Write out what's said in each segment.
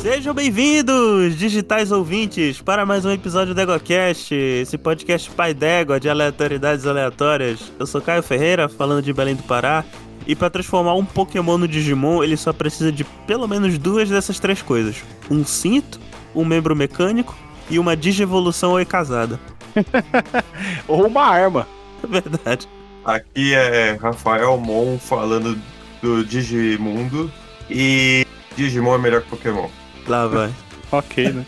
Sejam bem-vindos, digitais ouvintes, para mais um episódio do EgoCast, esse podcast pai d'égua de aleatoriedades aleatórias. Eu sou Caio Ferreira, falando de Belém do Pará, e para transformar um Pokémon no Digimon, ele só precisa de pelo menos duas dessas três coisas: um cinto, um membro mecânico e uma digievolução oi casada. Ou uma arma. É verdade. Aqui é Rafael Mon falando do Digimundo e Digimon é melhor que Pokémon. Lá vai. Ok, né?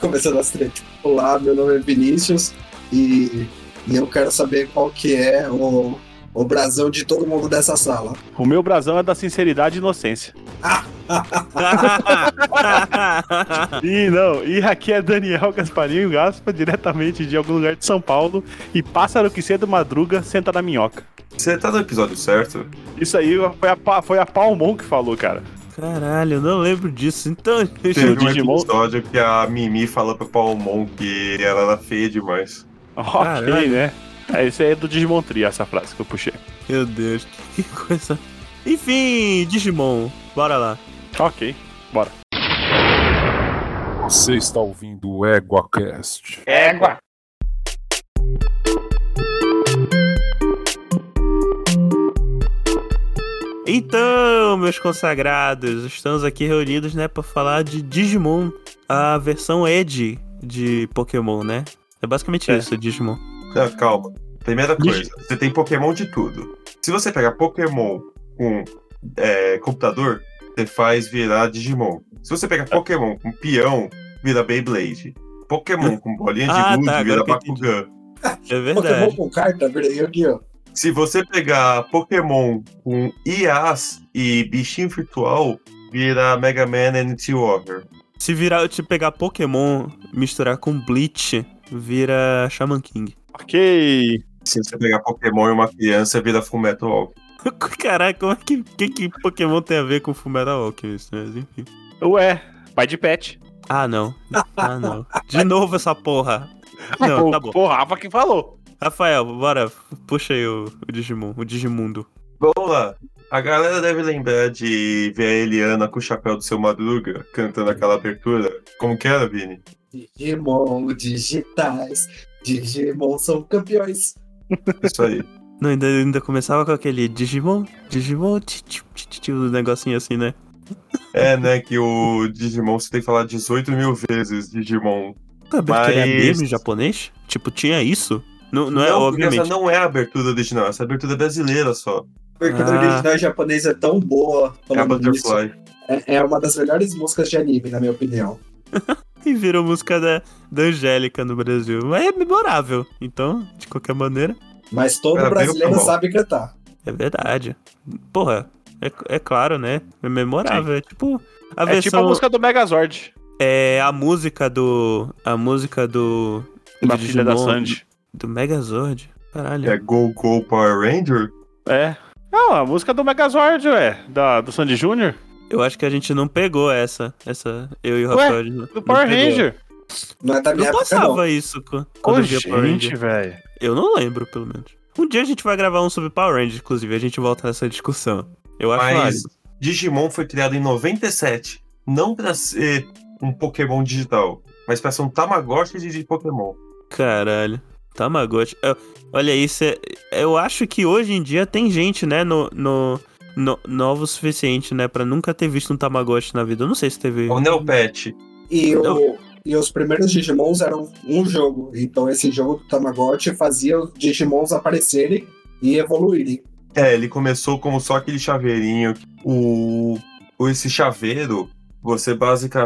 começando as tretas. Olá, meu nome é Vinícius e, e eu quero saber qual que é o, o brasão de todo mundo dessa sala. O meu brasão é da sinceridade e inocência. E não, e aqui é Daniel Gasparinho Gaspa, diretamente de algum lugar de São Paulo. E pássaro que cedo madruga senta na minhoca. Você tá no episódio certo? Isso aí foi a, Pa- foi a Palmon que falou, cara. Caralho, eu não lembro disso. Então, gente, Teve um Digimon- episódio que a Mimi falou pro Palmon que ela era feia demais. Ok, Caralho. né? É, Esse aí é do Digimon Tri, essa frase que eu puxei. meu Deus, que coisa. Enfim, Digimon, bora lá. Ok. Você está ouvindo o EguaCast. Égua. Então, meus consagrados, estamos aqui reunidos, né, para falar de Digimon, a versão Edge de Pokémon, né? É basicamente É. isso, Digimon. Não, calma. Primeira Digi- coisa, você tem Pokémon de tudo. Se você pegar Pokémon com é, computador, você faz virar Digimon. Se você Ah. pegar Pokémon com peão, vira Beyblade. Pokémon com bolinha de Ah, gude, tá, agora vira que eu entendi. Bakugan. É verdade. Pokémon com carta, vira Yu-Gi-Oh! Se você pegar Pokémon com IAs e bichinho virtual, vira Mega Man and T-Walker. Se virar, te pegar Pokémon, misturar com Bleach, vira Shaman King. Ok. Se você pegar Pokémon e uma criança, vira Fullmetal Alchemist. Caraca, como é que, que, que Pokémon tem a ver com Fullmetal Alchemist? Mas enfim. Ué, pai de pet. Ah, não. Ah, não. De novo essa porra. Não, Pô, tá bom. Pô, Rafa que falou. Rafael, bora, puxa aí o, o Digimon, o Digimundo. Vamos lá. A galera deve lembrar de ver a Eliana com o chapéu do seu Madruga cantando aquela abertura. Como que era, Vini? Digimon digitais, Digimon são campeões. Isso aí. Não, ainda, ainda começava com aquele Digimon, Digimon, ti, ti, ti, ti, ti, um negocinho assim, né? É, né, que o Digimon você tem que falar 18 mil vezes Digimon. Sabe que era Mas- meme em japonês? Tipo, tinha isso? Não, não é, porque essa obviamente. não é a abertura original, essa é a abertura brasileira só. A abertura Ah. original japonesa é tão boa. É a falando nisso. Butterfly. É, é uma das melhores músicas de anime, na minha opinião. E virou música da, da Angélica no Brasil. Mas é memorável. Então, de qualquer maneira, Mas todo Era bem brasileiro Pokémon. sabe cantar. é verdade. Porra, é, é claro, né? É memorável. É tipo. A é versão. tipo a música do Megazord. É a música do. A música do. Da do filha da Digimon, Sandy. Do Megazord. Caralho. É Go Go Power Ranger? É. Não, a música do Megazord, ué. Da, do Sandy Jr. Eu acho que a gente não pegou essa. Essa. Eu e o Ué, Rafael. a gente não- Do não Power pegou. Ranger. Não é da minha Não época, não. passava isso co- quando Ô, eu via Power gente, Ranger. velho. Eu não lembro, pelo menos. Um dia a gente vai gravar um sobre Power Ranger, inclusive. A gente volta nessa discussão. Eu acho Mas válido. Digimon foi criado em 97, não pra ser um Pokémon digital, mas pra ser um Tamagotchi de de Pokémon. Caralho. Tamagotchi. Eu- olha isso. é- Eu acho que hoje em dia tem gente, né, no... no... No, novo o suficiente, né? Pra nunca ter visto um Tamagotchi na vida. Eu não sei se teve. É o Neopet. E, o- Não. e os primeiros Digimons eram um jogo. Então esse jogo do Tamagotchi fazia os Digimons aparecerem e evoluírem. É, ele começou como só aquele chaveirinho. O, o- esse chaveiro, você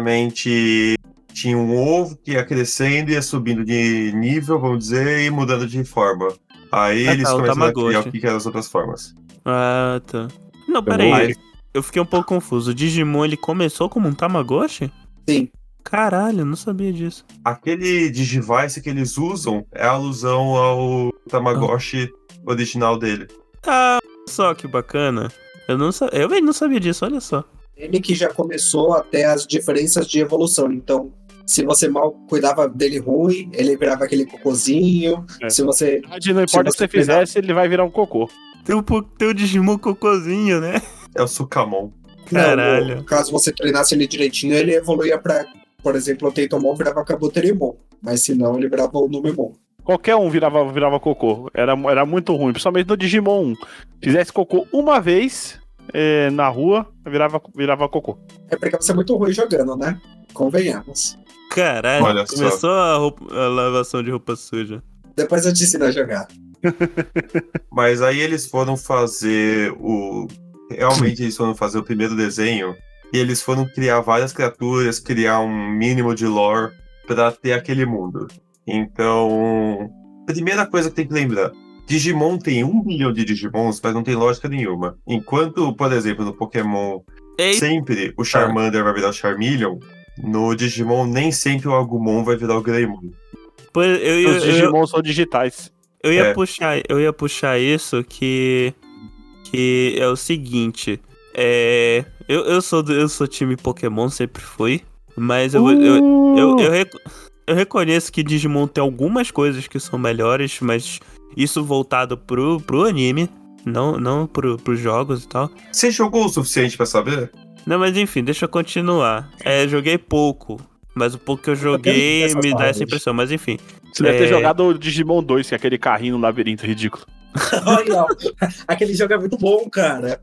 basicamente tinha um ovo que ia crescendo, ia subindo de nível, vamos dizer, e mudando de forma. Aí Ah, eles tá, o começaram a criar Tamagotchi. o que, que eram as outras formas. Ah, tá. Não, Aí peraí. Eu fiquei um pouco confuso. O Digimon, ele começou como um Tamagotchi? Sim. Caralho, eu não sabia disso. Aquele Digivice que eles usam é alusão ao Tamagotchi original dele. Ah, só que bacana. Eu não sa... Eu mesmo não sabia disso, olha só. Ele que já começou até as diferenças de evolução. Então, se você mal cuidava dele ruim, ele virava aquele cocôzinho. É. Se você. Não importa o que você você fizesse, ele vai virar um cocô. Tem o, po- tem o Digimon cocôzinho, né? É o Sukamon. Caralho. Não, o- caso você treinasse ele direitinho, ele evoluía pra, por exemplo, o Teitomon virava Caboterimon. Mas se não, ele virava o Numemon. Qualquer um virava, virava cocô. Era, era muito ruim, principalmente no Digimon 1. Fizesse cocô uma vez é, na rua, virava, virava cocô. É porque você é muito ruim jogando, né? Convenhamos. Caralho, Olha só. começou a, roupa- a lavação de roupa suja. Depois eu te ensino a jogar. Mas aí eles foram fazer o. Realmente eles foram fazer o primeiro desenho. E eles foram criar várias criaturas, criar um mínimo de lore pra ter aquele mundo. Então. Primeira coisa que tem que lembrar: Digimon tem um bilhão de Digimons, mas não tem lógica nenhuma. Enquanto, por exemplo, no Pokémon Eita, sempre o Charmander vai virar o Charmeleon, no Digimon nem sempre o Agumon vai virar o Greymon. pô, eu, eu, Os eu, Digimon são digitais. eu ia É. puxar, eu ia puxar isso que que é o seguinte, é, eu, eu sou do- eu sou time Pokémon sempre fui, mas eu vou- eu, Uhum. eu, eu, reco- eu reconheço que Digimon tem algumas coisas que são melhores, mas isso voltado pro, pro anime, não não pro, pros jogos e tal. Você jogou o suficiente pra saber? Não, mas enfim, deixa eu continuar. É, joguei pouco, mas o pouco que eu joguei essas me dá palavras. essa impressão, mas enfim. Você deve ter é. jogado o Digimon 2, que é aquele carrinho no labirinto ridículo. Olha, aquele jogo é muito bom, cara.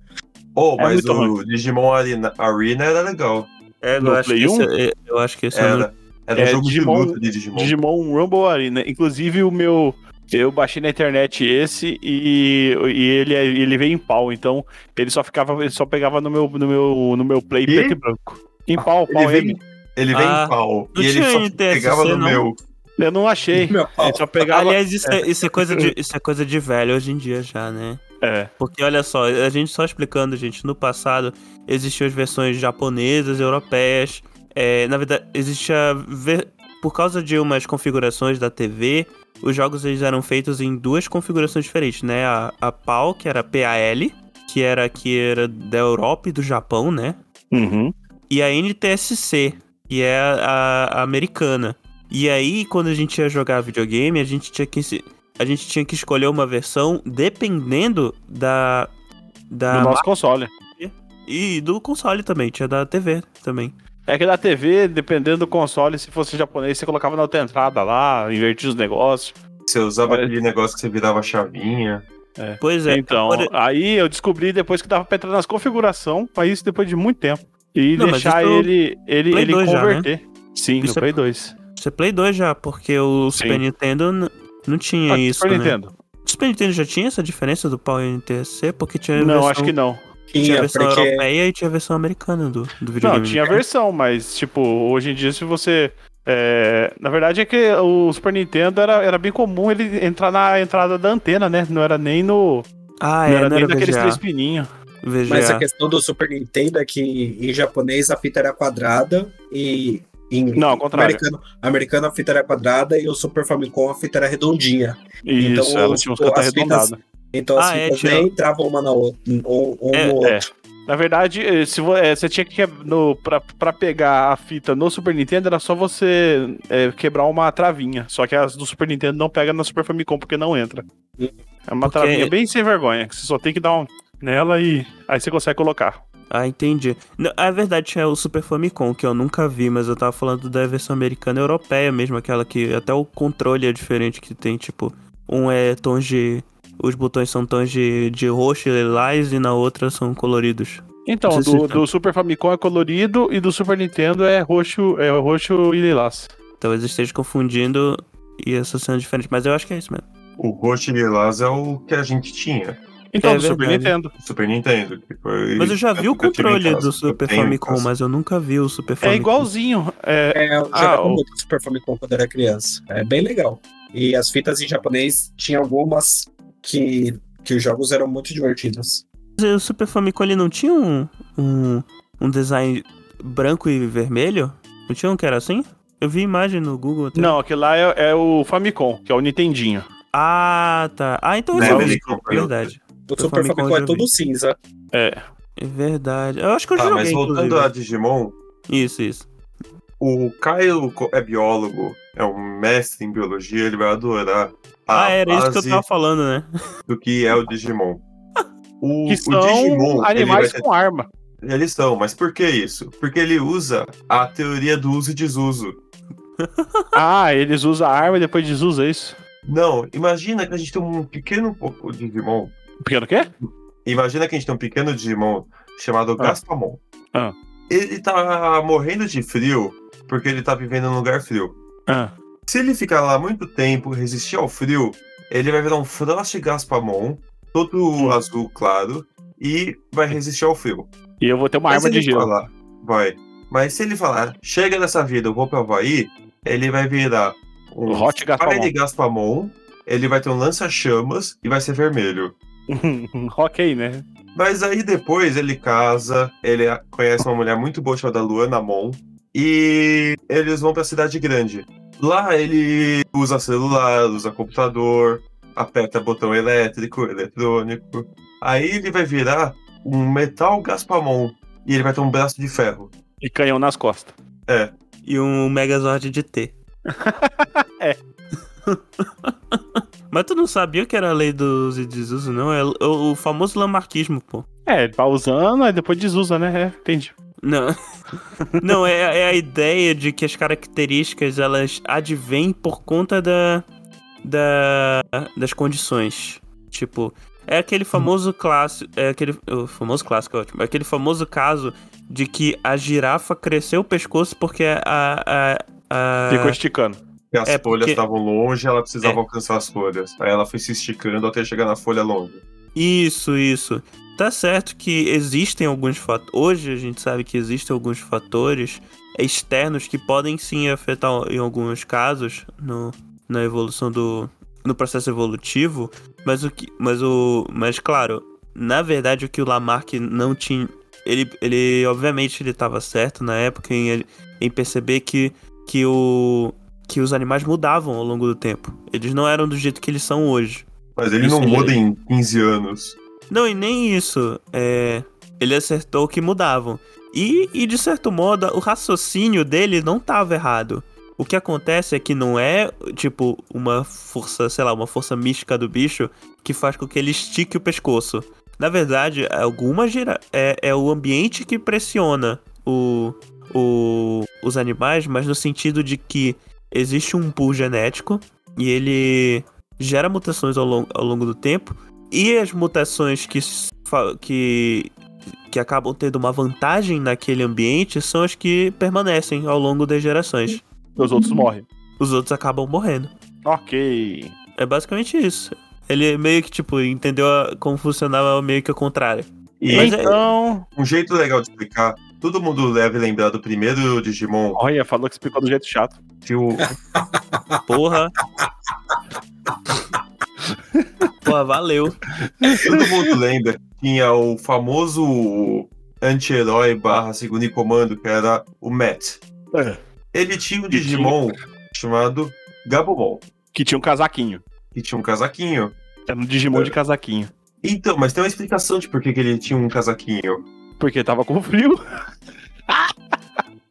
Oh, É mas muito o Digimon Arena, Arena era legal. É, eu No acho, que Play esse, é- eu acho que esse é, o Era. Era um É, jogo Digimon- de luta de Digimon. Digimon Rumble Arena. Inclusive, o meu. Eu baixei na internet esse e, e ele, é- ele veio em pau, então ele só ficava, ele só pegava no meu, no meu, no meu play E? Ah, preto e branco. Em pau, Ele pau vem, M. ele vem Ah, em pau. não E ele tinha só NTSC, pegava no não. meu. Eu não achei. Meu pau. Ele só pegava. Aliás, isso é, isso é coisa de, isso é coisa de velho hoje em dia já, né? É. Porque olha só, a gente só explicando, gente, no passado existiam as versões japonesas, europeias. é, na verdade, existia. ver- Por causa de umas configurações da TV, os jogos eles eram feitos em duas configurações diferentes, né? A, a PAL, que era PAL, que era que era da Europa e do Japão, né? Uhum. e a NTSC, que é a, a americana. E aí, quando a gente ia jogar videogame, a gente tinha que, se- a gente tinha que escolher uma versão dependendo da. Ah, da No nosso console. E do console também, tinha da TV também. É que da TV, dependendo do console, se fosse japonês, você colocava na outra entrada lá, invertia os negócios. Você usava Olha. aquele negócio que você virava chavinha. Pois é. Então, Agora- aí eu descobri depois que dava pra entrar nas configurações, mas isso depois de muito tempo. E Não, mas deixar isso no ele, ele, Play ele 2 já, né? converter. Sim, Isso no é- Play 2. Você Play 2 já, porque o Sim. Super Nintendo n- não tinha Ah, isso. Super né? Nintendo. O Super Nintendo já tinha essa diferença do Power NTSC, porque tinha Não, versão, acho que não. tinha Tinha, a versão porque europeia e tinha a versão americana do, do videogame. É. Não, tinha versão, mas, tipo, hoje em dia, se você. é, Na verdade é que o Super Nintendo era, era bem comum ele entrar na entrada da antena, né? Não era nem no. Ah, não é, era não nem era naqueles VGA. três pininhos. VGA. Mas a questão do Super Nintendo é que em japonês a fita era quadrada e em Não, ao contrário. americano, americano a fita era quadrada e o Super Famicom a fita era redondinha. Então, Isso, ela tinha uns o- cantos as fitas- arredondados. Então as Ah, é, fitas tinha. nem entravam uma na outra, ou, ou É, no é. outro. Na verdade, eh, se vo- eh, você tinha que que- no, pra, pra pegar a fita no Super Nintendo, era só você eh, quebrar uma travinha. Só que as do Super Nintendo não pega na Super Famicom porque não entra. É uma Porque- travinha bem sem vergonha, que você só tem que dar um nela e aí você consegue colocar. Ah, entendi. Não, a verdade é o Super Famicom, que eu nunca vi, mas eu tava falando da versão americana e europeia mesmo, aquela que até o controle é diferente, que tem, tipo, um é tons de... Os botões são tons de, de roxo e lilás e na outra são coloridos. Então, Esse do, sistema. do Super Famicom é colorido e do Super Nintendo é roxo, é roxo e lilás. Talvez eu esteja confundindo e associando diferente, mas eu acho que é isso mesmo. O roxo e lilás é o que a gente tinha. Então, É do Super verdade. Nintendo. do Super Nintendo. que foi- Mas eu já vi o que eu tive em controle casa, do que eu Super tenho em Famicom, casa. mas eu nunca vi o Super Famicom. É igualzinho. É, É, eu Ah, jogava o- muito Super Famicom quando era criança. É bem legal. E as fitas em japonês tinha algumas que, que os jogos eram muito divertidos. Mas O Super Famicom ele não tinha um, um, um design branco e vermelho? Não tinha um que era assim? Eu vi imagem no Google até. não, aquele lá é, é o Famicom, que é o Nintendinho. Ah, tá. Ah, então Não, eu já ele vi. comprou. Verdade. O Super Super Famicom Famicom eu já é vi. todo cinza. É. É verdade. Eu acho que eu Tá, joguei, mas voltando inclusive. a Digimon, Isso, isso. o Caio co- é biólogo, é um mestre em biologia, ele vai adorar a Ah, era isso que eu base tava falando, né? do que é o Digimon. O, que o são Digimon, ele vai animais ter- com arma. Eles são, mas por que isso? Porque ele usa a teoria do uso e desuso. Ah, eles usam a arma e depois desusa é isso. Não, imagina que a gente tem um pequeno po- Digimon. Pequeno o quê? Imagina que a gente tem um pequeno Digimon chamado Ah. Gaspamon. Ah. Ele tá morrendo de frio porque ele tá vivendo num lugar frio. Ah. Se ele ficar lá muito tempo, resistir ao frio, ele vai virar um Frost Gaspamon, todo azul claro, e vai resistir ao frio. E eu vou ter uma Mas arma se de ele gelo. falar- vai. Mas se ele falar, chega dessa vida, eu vou pro Havaí, ele vai virar um Hot Gaspamon. de Gaspamon, ele vai ter um lança-chamas e vai ser vermelho. ok, né? Mas aí depois ele casa, ele a- conhece uma mulher muito boa chamada Luana Mon, e eles vão pra cidade grande. Lá ele usa celular, usa computador, aperta botão elétrico, eletrônico. Aí ele vai virar um metal Gaspamon, e ele vai ter um braço de ferro. E canhão nas costas. E um Megazord de T. É. Mas tu não sabia o que era a lei do uso e desuso, não? É o, o famoso lamarquismo, pô. É, ele vai usando, aí depois desusa, né? É, entendi. Não. não, é, é a ideia de que as características, elas advêm por conta da, da das condições. Tipo, é aquele famoso clássico... É aquele... O famoso clássico é ótimo. É aquele famoso caso de que a girafa cresceu o pescoço porque a... a, a- Ficou esticando. E as É, folhas porque- estavam longe, ela precisava É. alcançar as folhas. Aí ela foi se esticando até chegar na folha longe. Isso, isso. Tá certo que existem alguns fatores. Hoje a gente sabe que existem alguns fatores externos que podem sim afetar em alguns casos no, na evolução do. no processo evolutivo. Mas o que. Mas o. Mas claro, na verdade o que o Lamarck não tinha. Ele, ele obviamente ele estava certo na época em, em perceber que, que, o, que os animais mudavam ao longo do tempo. Eles não eram do jeito que eles são hoje. Mas ele Isso não ele- muda em 15 anos. Não, e nem isso. É, ele acertou que mudavam. E, e, de certo modo, o raciocínio dele não tava errado. O que acontece é que não é, tipo, uma força, sei lá, uma força mística do bicho que faz com que ele estique o pescoço. Na verdade, alguma gira... é, é o ambiente que pressiona o, o- os animais, mas no sentido de que existe um pool genético e ele gera mutações ao lon- ao longo do tempo. E as mutações que, s- fa- que, que acabam tendo uma vantagem naquele ambiente são as que permanecem ao longo das gerações. Os outros morrem. Os outros acabam morrendo. Ok. É basicamente isso. Ele meio que, tipo, entendeu a- como funcionava meio que ao contrário. E Mas é- então. um jeito legal de explicar, todo mundo deve lembrar do primeiro Digimon, Olha, falou que explicou do jeito chato. que o, Porra. Porra, valeu. todo mundo lembra, tinha o famoso anti-herói barra segundo em comando, que era o Matt. Ele tinha um Que Digimon chamado Gabumon, Que tinha um casaquinho. que tinha um casaquinho. Era um Digimon de casaquinho. Então, mas tem uma explicação de por que que ele tinha um casaquinho. Porque tava com frio.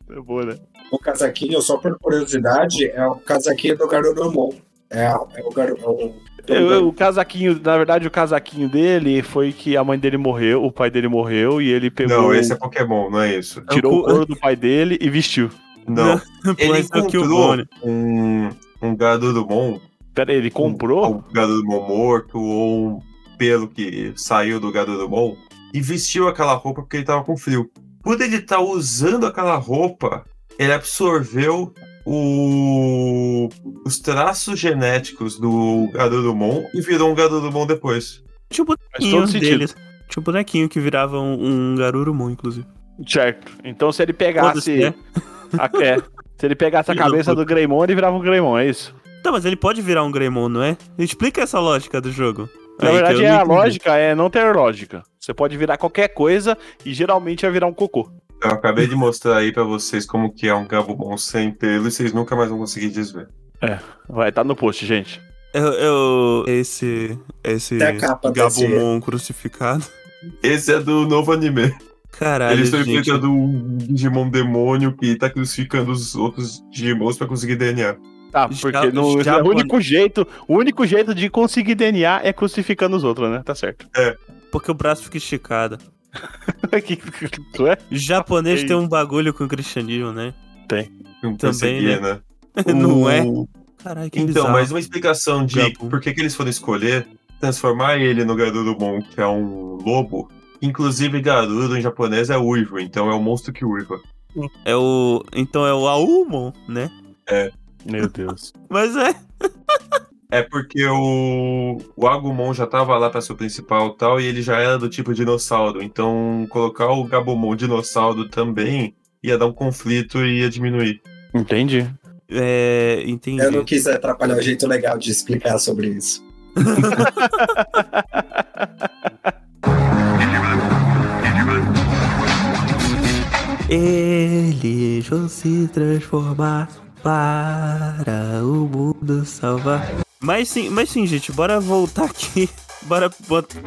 é boa, né? O casaquinho, só por curiosidade, é o casaquinho do Garonomon. É, é o Garo... É o... Eu- eu- o casaquinho, na verdade, o casaquinho dele foi que a mãe dele morreu, o pai dele morreu e ele pegou. um Não, esse é Pokémon, não é isso. Tirou o É o cu- couro do pai dele e vestiu. Não. Porra, Ele esse é o encontrou Killbone. um, um Garurumon, Pera aí, ele comprou? um Garurumon morto, ou um pelo que saiu do Garurumon, e vestiu aquela roupa porque ele tava com frio. Quando ele tá usando aquela roupa, ele absorveu o- os traços genéticos do Garurumon e virou um Garurumon depois. Tinha um Faz todo bonequinho sentido. dele. Tinha um bonequinho que virava um, um garurumon, inclusive. Certo. Então se ele Foda-se, pegasse. né? a- é, se ele pegasse a Filho da cabeça do Greymon, ele virava um Greymon, é isso? Tá, mas ele pode virar um Greymon, não é? Explica essa lógica do jogo. Na Aí, que verdade, eu é não a entendi. lógica é não ter lógica. Você pode virar qualquer coisa e geralmente vai virar um cocô. Eu acabei de mostrar aí pra vocês como que é um Gabumon sem pelo e vocês nunca mais vão conseguir desver. Vai, tá no post, gente. Eu, eu- É, esse. Esse. Até É a capa desse- Gabumon crucificado. Esse é do novo anime. Caralho. Eles estão gente. enfrentando um Digimon demônio que tá crucificando os outros Digimons pra conseguir DNA. Tá, Já- porque no, já- é o único jeito, o único jeito de conseguir DNA é crucificando os outros, né? Tá certo. Porque o braço fica esticado. Que- que- que- tu é? Japonês Ei. tem um bagulho com o cristianismo, né? Não Também, perseguia, né? Não O- é? Caralho, que Então, bizarro. mas uma explicação de Gabu. por que, que eles foram escolher transformar ele no Garurumon, que é um lobo. Inclusive, Garudo em japonês é uivo, então é o monstro que uiva. É o... Então é o Aumon, né? Meu Deus. Mas é... É porque o, o Agumon já tava lá pra ser o principal e tal, e ele já era do tipo dinossauro. Então, colocar o Gabumon dinossauro também ia dar um conflito e ia diminuir. Entendi. É... Entendi. Eu não quis atrapalhar o jeito legal de explicar sobre isso. Eles vão se transformar para o mundo salvar. Mas sim, mas sim, gente, bora voltar aqui. Bora botar.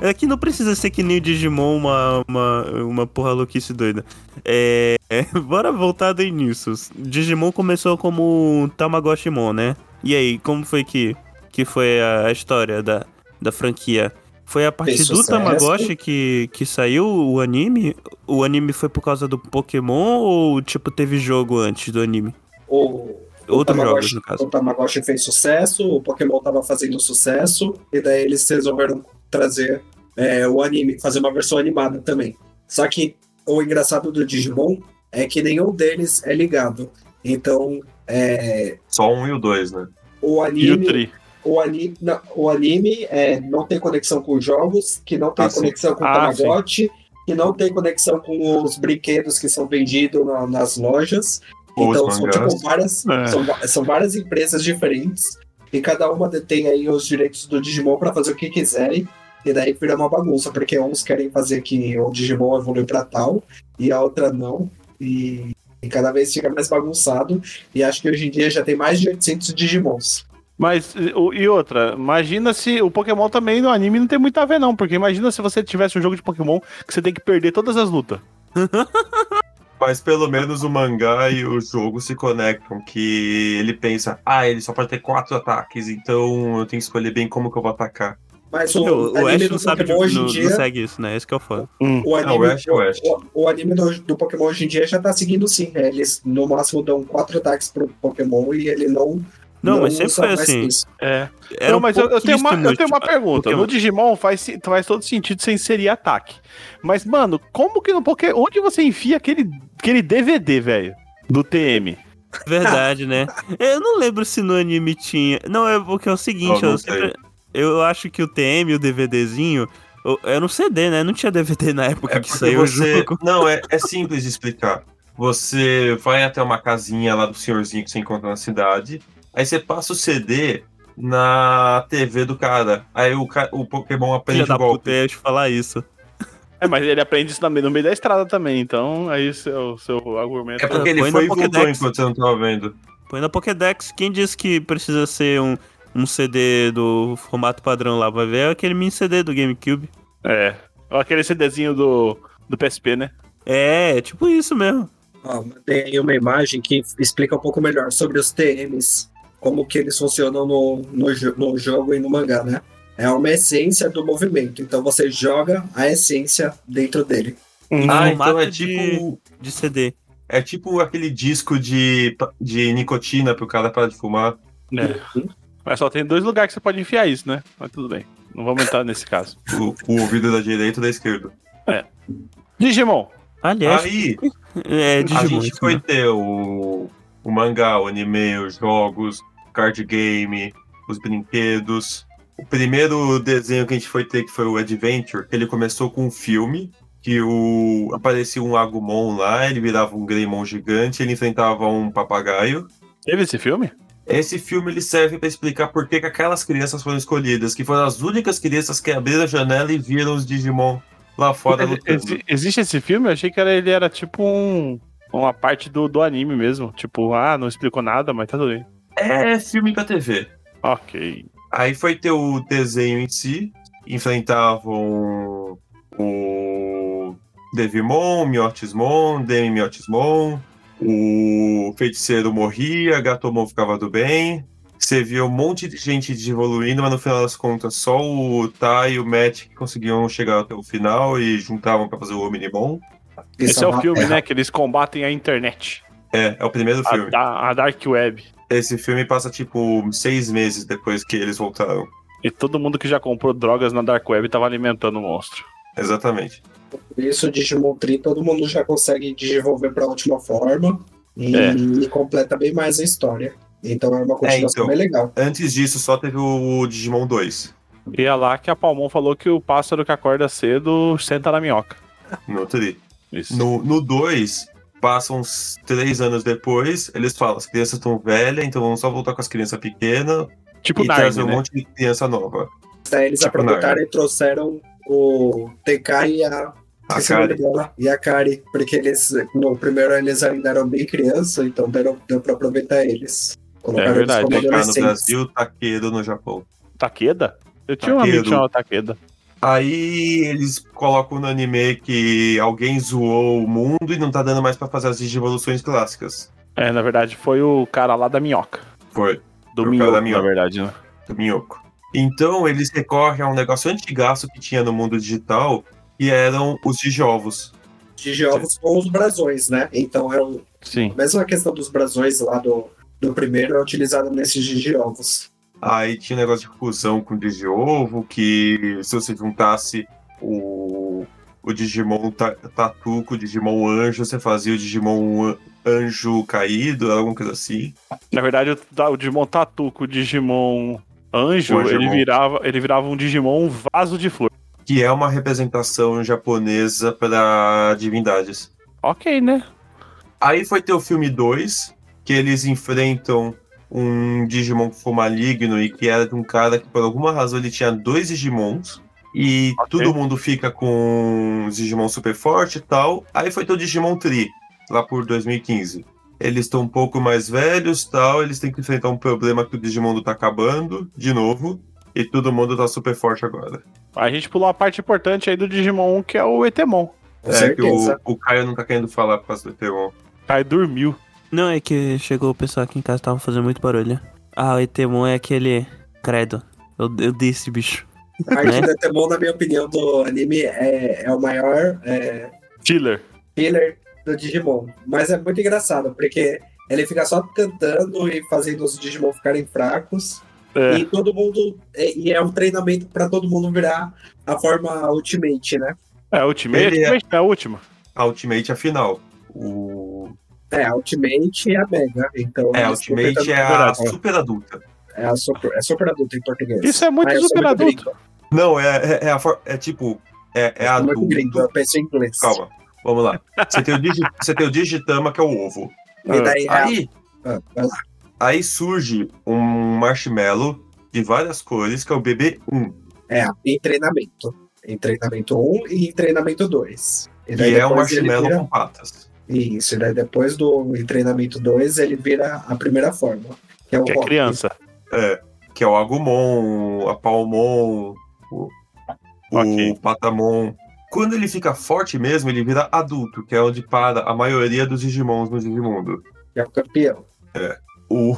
Aqui não precisa ser que nem o Digimon, uma, uma, uma porra louquice doida. É, é, bora voltar do início. Digimon começou como um Tamagotchimon, né? E aí, como foi que, que foi a, a história da, da franquia? Foi a partir Fez do sucesso. Tamagotchi que, que saiu o anime? O anime foi por causa do Pokémon ou, tipo, teve jogo antes do anime? O, Outros Tamagotchi- jogos, no caso. o Tamagotchi fez sucesso, o Pokémon tava fazendo sucesso, e daí eles resolveram trazer é, o anime, fazer uma versão animada também. Só que o engraçado do Digimon é que nenhum deles é ligado. Então, é, Só um e o dois, né? E o o anime Tri? o anime, não, o anime é, não tem conexão com os jogos, que não tem Ah, sim. conexão com o Ah, Tamagotchi, que não tem conexão com os brinquedos que são vendidos na- nas lojas. Ou os então são, mangás. tipo, várias, É. são, va- são várias empresas diferentes e cada uma detém aí os direitos do Digimon para fazer o que quiserem. E daí vira uma bagunça, porque uns querem fazer que o Digimon evolui para tal e a outra não. E, e cada vez fica mais bagunçado. E acho que hoje em dia já tem mais de 800 Digimons. Mas, e- o- e outra, imagina se o Pokémon também no anime não tem muito a ver, não. Porque imagina se você tivesse um jogo de Pokémon que você tem que perder todas as lutas. Mas pelo menos o mangá e o jogo se conectam, que ele pensa, ah, ele só pode ter quatro ataques, então eu tenho que escolher bem como que eu vou atacar. Mas o, O, o anime Ash do não sabe de, Pokémon hoje não, em não dia. segue isso, né? Esse que é o foda. Hum. O Ah, o anime, Ash é o Ash. o- o anime do, do Pokémon hoje em dia já tá seguindo sim. né? Eles no máximo dão quatro ataques pro Pokémon e ele não. Não, mas sempre usa foi mais assim. que isso. É. Era um não, mas eu, eu tenho uma, eu tenho uma pouquíssimo, pergunta. Pokémon. No Digimon faz, se- faz todo sentido você inserir ataque. Mas, mano, como que no Pokémon. Onde você enfia aquele, aquele DVD, velho? Do TM? tipo, Verdade, né? Eu não lembro se no anime tinha. Não, é porque é o seguinte, Não, não eu sempre. Eu acho que o TM, e o DVDzinho. eu- Era um CD, né? Não tinha DVD na época que É porque saiu o você- jogo. Não, é, é simples de explicar. Você vai até uma casinha lá do senhorzinho que você encontra na cidade, aí você passa o CD na TV do cara. Aí o, ca- o Pokémon Filha aprende o da puta, golpe. eu ia te falar isso. É, mas ele aprende isso na- no meio da estrada também, então aí seu, seu argumento. É porque ele Põe foi e na voltou Pokédex. enquanto você não tava vendo. Põe na Pokédex, quem disse que precisa ser um, um CD do formato padrão lá? Vai ver é aquele mini CD do GameCube. É. Aquele CDzinho do, do PSP, né? É, é tipo isso mesmo. Ó, Ah, tem aí uma imagem que explica um pouco melhor sobre os TMs, como que eles funcionam no, no, jo- no jogo e no mangá, né? É uma essência do movimento. Então você joga a essência dentro dele. Ah, Ah, então então formato é é de- tipo. De CD. É tipo aquele disco de, de nicotina pro cara parar de fumar. Né. Mas só tem dois lugares que você pode enfiar isso, né? Mas tudo bem. Não vamos entrar nesse caso. O, o ouvido da direita e da esquerda. Digimon. Aliás, Aí, é a Digimon. gente isso foi mesmo. ter o, o mangá, o anime, os jogos, card game, os brinquedos. O primeiro desenho que a gente foi ter, que foi o Adventure, que ele começou com um filme, que o aparecia um Agumon lá, ele virava um Greymon gigante, ele enfrentava um papagaio. Teve esse filme? Esse filme ele serve pra explicar por que, que aquelas crianças foram escolhidas, que foram as únicas crianças que abriram a janela e viram os Digimon lá fora Ex- lutando. exi- existe esse filme? Eu achei que era, ele era tipo um. Uma parte do, do anime mesmo. Tipo, ah, não explicou nada, mas tá tudo bem. É filme pra TV. Ok. Aí foi ter o desenho em si, enfrentavam o Devimon, Miotismon, Demi Miotismon, o feiticeiro morria, Gatomon ficava do bem, Você viu um monte de gente evoluindo, mas no final das contas só o Tai e o Matt que conseguiam chegar até o final e juntavam pra fazer o Omnibon. Esse é o filme, né? né? Que eles combatem a internet. É, é o primeiro A, filme. da- a Dark Web. Esse filme passa tipo seis meses depois que eles voltaram. E todo mundo que já comprou drogas na Dark Web tava alimentando o monstro. Exatamente. Por isso, o Digimon Tree, todo mundo já consegue desenvolver pra última forma e, É. e completa bem mais a história. Então é uma continuação então. bem legal. Antes disso, só teve o Digimon 2. E é lá que a Palmon falou que o pássaro que acorda cedo senta na minhoca. No Tri. Isso. No, no 2, passam uns três anos depois, eles falam, as crianças estão velhas, então vamos só voltar com as crianças pequenas Tipo e trazer Narnia, um né? monte de criança nova. Daí eles Tipo, aproveitaram e trouxeram o TK e a, A esqueci o nome cara, dela, e a Kari, porque eles no primeiro eles ainda eram bem criança, então deram, deu pra aproveitar eles. É Colocaram verdade. eles como TK no adolescentes. Brasil, Taquedo no Japão. Takeda? Eu tinha um amigo Takedo. que chamava Takeda. Aí eles colocam no anime que alguém zoou o mundo e não tá dando mais pra fazer as digivoluções clássicas. É, na verdade, foi o cara lá da minhoca. Foi, Do O cara minhoco, da na minhoca. verdade, né? do Minhoco. Então eles recorrem a um negócio antigaço que tinha no mundo digital, que eram os digiovos. de jogos com os brasões, né? Então é o, Sim. mesmo a questão dos brasões lá do, do primeiro é utilizada nesses digiovos. Aí tinha um negócio de fusão com o Digiovo, que se você juntasse o, o Digimon ta- Tatu com o Digimon Anjo, você fazia o Digimon An- Anjo Caído, alguma coisa assim. Na verdade, o, da- o Digimon Tatu com o Digimon Anjo, O Angemon. ele virava, ele virava um Digimon vaso de flor. Que é uma representação japonesa para divindades. Ok, né? Aí foi ter o filme 2, que eles enfrentam um Digimon que ficou maligno e que era de um cara que, por alguma razão, ele tinha dois Digimons. E Ok. todo mundo fica com os Digimon super forte e tal. Aí foi ter o Digimon Tri, lá por 2015. Eles estão um pouco mais velhos tal, eles têm que enfrentar um problema que o Digimundo tá acabando, de novo. E todo mundo tá super forte agora. A gente pulou a parte importante aí do Digimon 1, que é o Etemon. Com é que certeza. o, o Caio não tá querendo falar um por causa do Eteon. Cai dormiu. Não, é que chegou o pessoal aqui em casa tava fazendo muito barulho. Ah, o Etemon é aquele. Credo. Eu, eu dei esse bicho. A né? arte do Etemon, na minha opinião, do anime é, é o maior é, Killer. filler do Digimon. Mas é muito engraçado, porque ele fica só cantando e fazendo os Digimon ficarem fracos. É. E todo mundo. E e é um treinamento pra todo mundo virar a forma Ultimate, né? É a última. É, a Ele é- Ultimate, é a última. Ultimate, afinal. O É, a Ultimate e a Mega. Então, É, eles Ultimate completam- é a Verdade, né? super adulta. É, a super, é super adulto em português. Isso é muito Ah, eu sou super muito adulto. gringo, Não, é, é, é a for- é tipo. É, é eu sou Muito gringo, eu adulto. penso em inglês. Calma, vamos lá. Você tem, o Digi- você tem o Digitama, que é o ovo. E daí, Aí, ah, vai lá. aí surge um marshmallow de várias cores, que é o BB1. É, em treinamento. Em treinamento 1 e em treinamento 2. E Que é um depois ele marshmallow vira- com patas. Isso, e daí depois do em treinamento 2, ele vira a primeira forma. Que é o Que é Rock. criança. É, que é o Agumon, a Palmon, o, Ok. o Patamon. Quando ele fica forte mesmo, ele vira adulto, que é onde para a maioria dos Digimons no Digimundo. Que é o campeão. O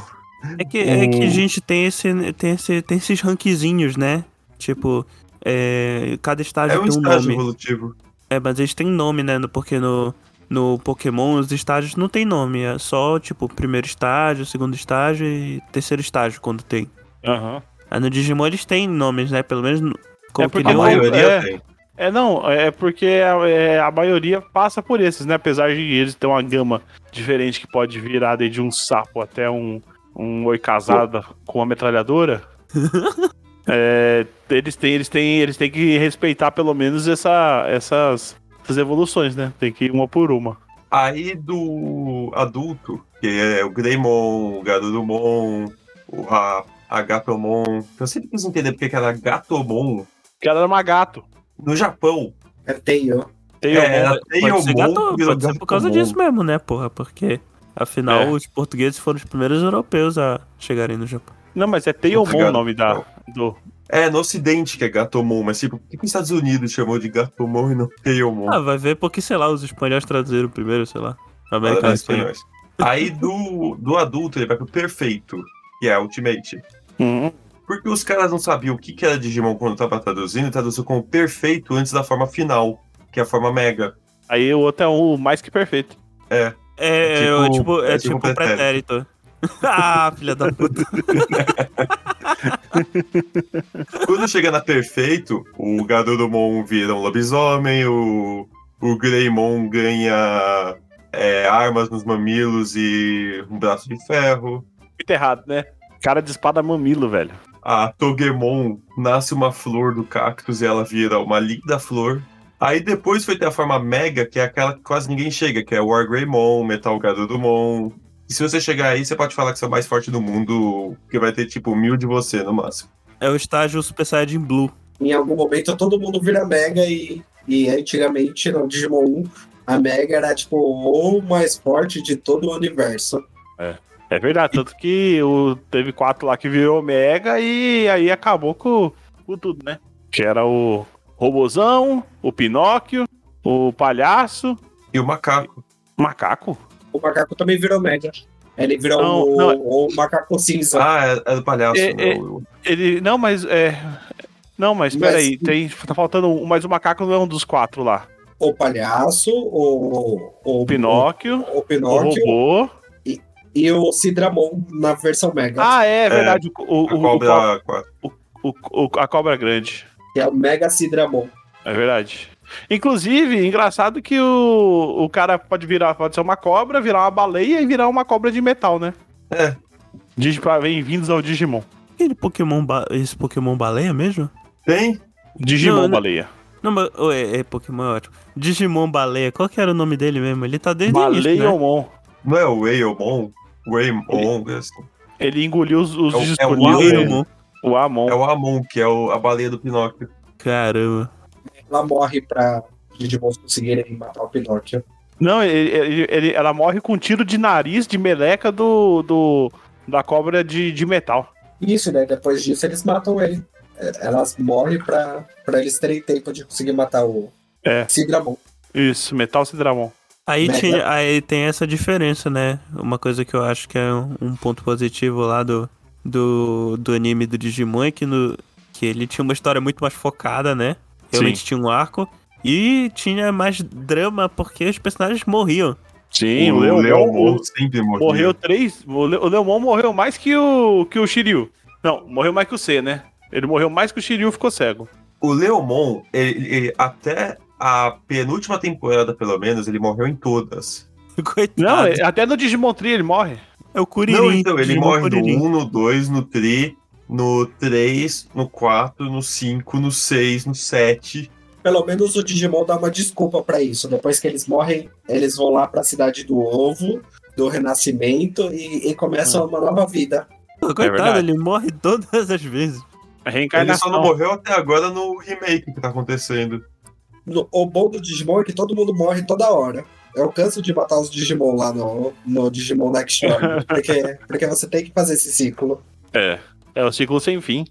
É que, é que a O- gente tem, esse, tem, esse, tem esses rankzinhos, né? Tipo, é, cada estágio é um tem um estágio nome. evolutivo. É, mas eles têm nome, né? no- Porque no, no Pokémon os estágios não tem nome. É só, tipo, primeiro estágio, segundo estágio e terceiro estágio quando tem. Aham. Aí no Digimon eles têm nomes, né? Pelo menos no- como que porque A deu- Não, maioria é. tem. É, não, é porque a, é, a maioria passa por esses, né? Apesar de eles ter uma gama diferente que pode virar desde um sapo até um, um oi casada com uma metralhadora. é, eles, têm, eles, têm, eles têm que respeitar pelo menos essa, essas, essas evoluções, né? Tem que ir uma por uma. Aí do adulto, que é o Greymon, o Garurumon, o Ra- Agatomon. Então, Eu sempre quis entender porque que era Gatomon. Que era uma gato. No Japão, É Teio. Tem um é, era Pode ser, gato, Teiyomon, virou pode ser por causa Gatomon. disso mesmo, né, porra? Porque, afinal, É. os portugueses foram os primeiros europeus a chegarem no Japão. Não, mas é Teiomon Obrigado, o nome da, do. É, no ocidente que é Gatomon, mas tipo, por que que os Estados Unidos chamou de Gatomon e não Teiyomon? Ah, vai ver porque, sei lá, os espanhóis traduziram primeiro, sei lá. Parabéns América Latina. pra nós. Aí do, do adulto ele vai pro perfeito, que é Ultimate. Uhum. Porque os caras não sabiam o que que era Digimon quando tava traduzindo, e traduziu como perfeito antes da forma final, que é a forma mega. Aí o outro é o mais que perfeito. É. É, É eu, tipo- tipo, é é tipo, tipo pretérito. ah, filha da puta. Quando chega na perfeito, o Garurumon vira um lobisomem, o, o Greymon ganha é, armas nos mamilos e um braço de ferro. Muito errado, né? Cara de espada mamilo, velho. A Togemon nasce uma flor do cactus e ela vira uma linda flor. Aí depois foi ter a forma Mega, que é aquela que quase ninguém chega, que é War Greymon, Metal Garurumon. E se você chegar aí, você pode falar que você é o mais forte do mundo, porque vai ter tipo mil de você no máximo. É o estágio Super Saiyajin Blue. Em algum momento todo mundo vira Mega e, e antigamente no Digimon 1 a Mega era tipo o mais forte de todo o universo. É verdade, tanto que o, teve quatro lá que virou Mega e aí acabou com, com tudo, né? Que era o Robozão, o Pinóquio, o Palhaço, E o macaco. o Macaco. O macaco também virou Mega. Ele virou Não, é- o, não. o macaco cinza. Ah, é, é do palhaço, É, é. né? O- Ele. Não, mas é. Não, mas Mas- peraí, tem, tá faltando um, mas o macaco não é um dos quatro lá. O palhaço, o, o, O Pinóquio, o o Pinóquio robô. e o Sidramon na versão Mega. Ah, é verdade. o- O, A o- cobra quatro. o- o- a cobra grande. Que é o Mega Sidramon. É verdade. Inclusive, engraçado que o, o cara pode virar, pode ser uma cobra, virar uma baleia e virar uma cobra de metal, né? É. Diz pra bem-vindos ao Digimon. Aquele Pokémon. Ba... Esse Pokémon baleia mesmo? Tem? Digimon Não, não- baleia. Não, mas. ué, é, Pokémon é ótimo. Digimon baleia. Qual que era o nome dele mesmo? Ele tá desde o início, né? Baleiomon. Não é o Wayomon? Waymon? Ele engoliu os, os assim. É o- é o disponíveis. Amon. o Amon. É o Amon, que é o- a baleia do Pinóquio. Caramba. Ela morre pra Digimons conseguirem matar o Pinóquio. Não, ele, ele- ele- ela morre com um tiro de nariz de meleca do, do da cobra de, de metal. Isso, né? Depois disso eles matam ele. É, Elas morrem pra, pra eles terem tempo de conseguir matar o É. Sidramon. Isso, metal cidramon. Aí, Né, Mega. tinha, aí tem essa diferença, né? Uma coisa que eu acho que é um, um ponto positivo lá do, do, do anime do Digimon é que, no, que ele tinha uma história muito mais focada, né? Realmente tinha um arco. E tinha mais drama porque os personagens morriam. Sim, o, Leomon Leomon sempre morria. morreu três. O, Le, o Leomon morreu mais que o, que o Shiryu. Não, morreu mais que o C, né? Ele morreu mais que o Shiryu ficou cego. O Leomon, ele- ele- até a penúltima temporada, pelo menos, ele morreu em todas. Coitado. Não, é, ele- até no Digimon Tree ele morre. o Kuririn. não, então, ele Digimon morre Kuririn. no 1, no 2, no 3, no 3, no 4, no 5, no 6, no 7. Pelo menos o Digimon dá uma desculpa pra isso. Depois que eles morrem, eles vão lá pra cidade do ovo, do renascimento e, e começam uma nova vida. Pô, É Coitado, verdade. ele morre todas as vezes. A Ele só reencarnação. não morreu até agora no remake que tá acontecendo. No- o bom do Digimon é que todo mundo morre toda hora. Eu canso de matar os Digimon lá no, no Digimon Next Door, porque, porque você tem que fazer esse ciclo. É. É o ciclo sem fim.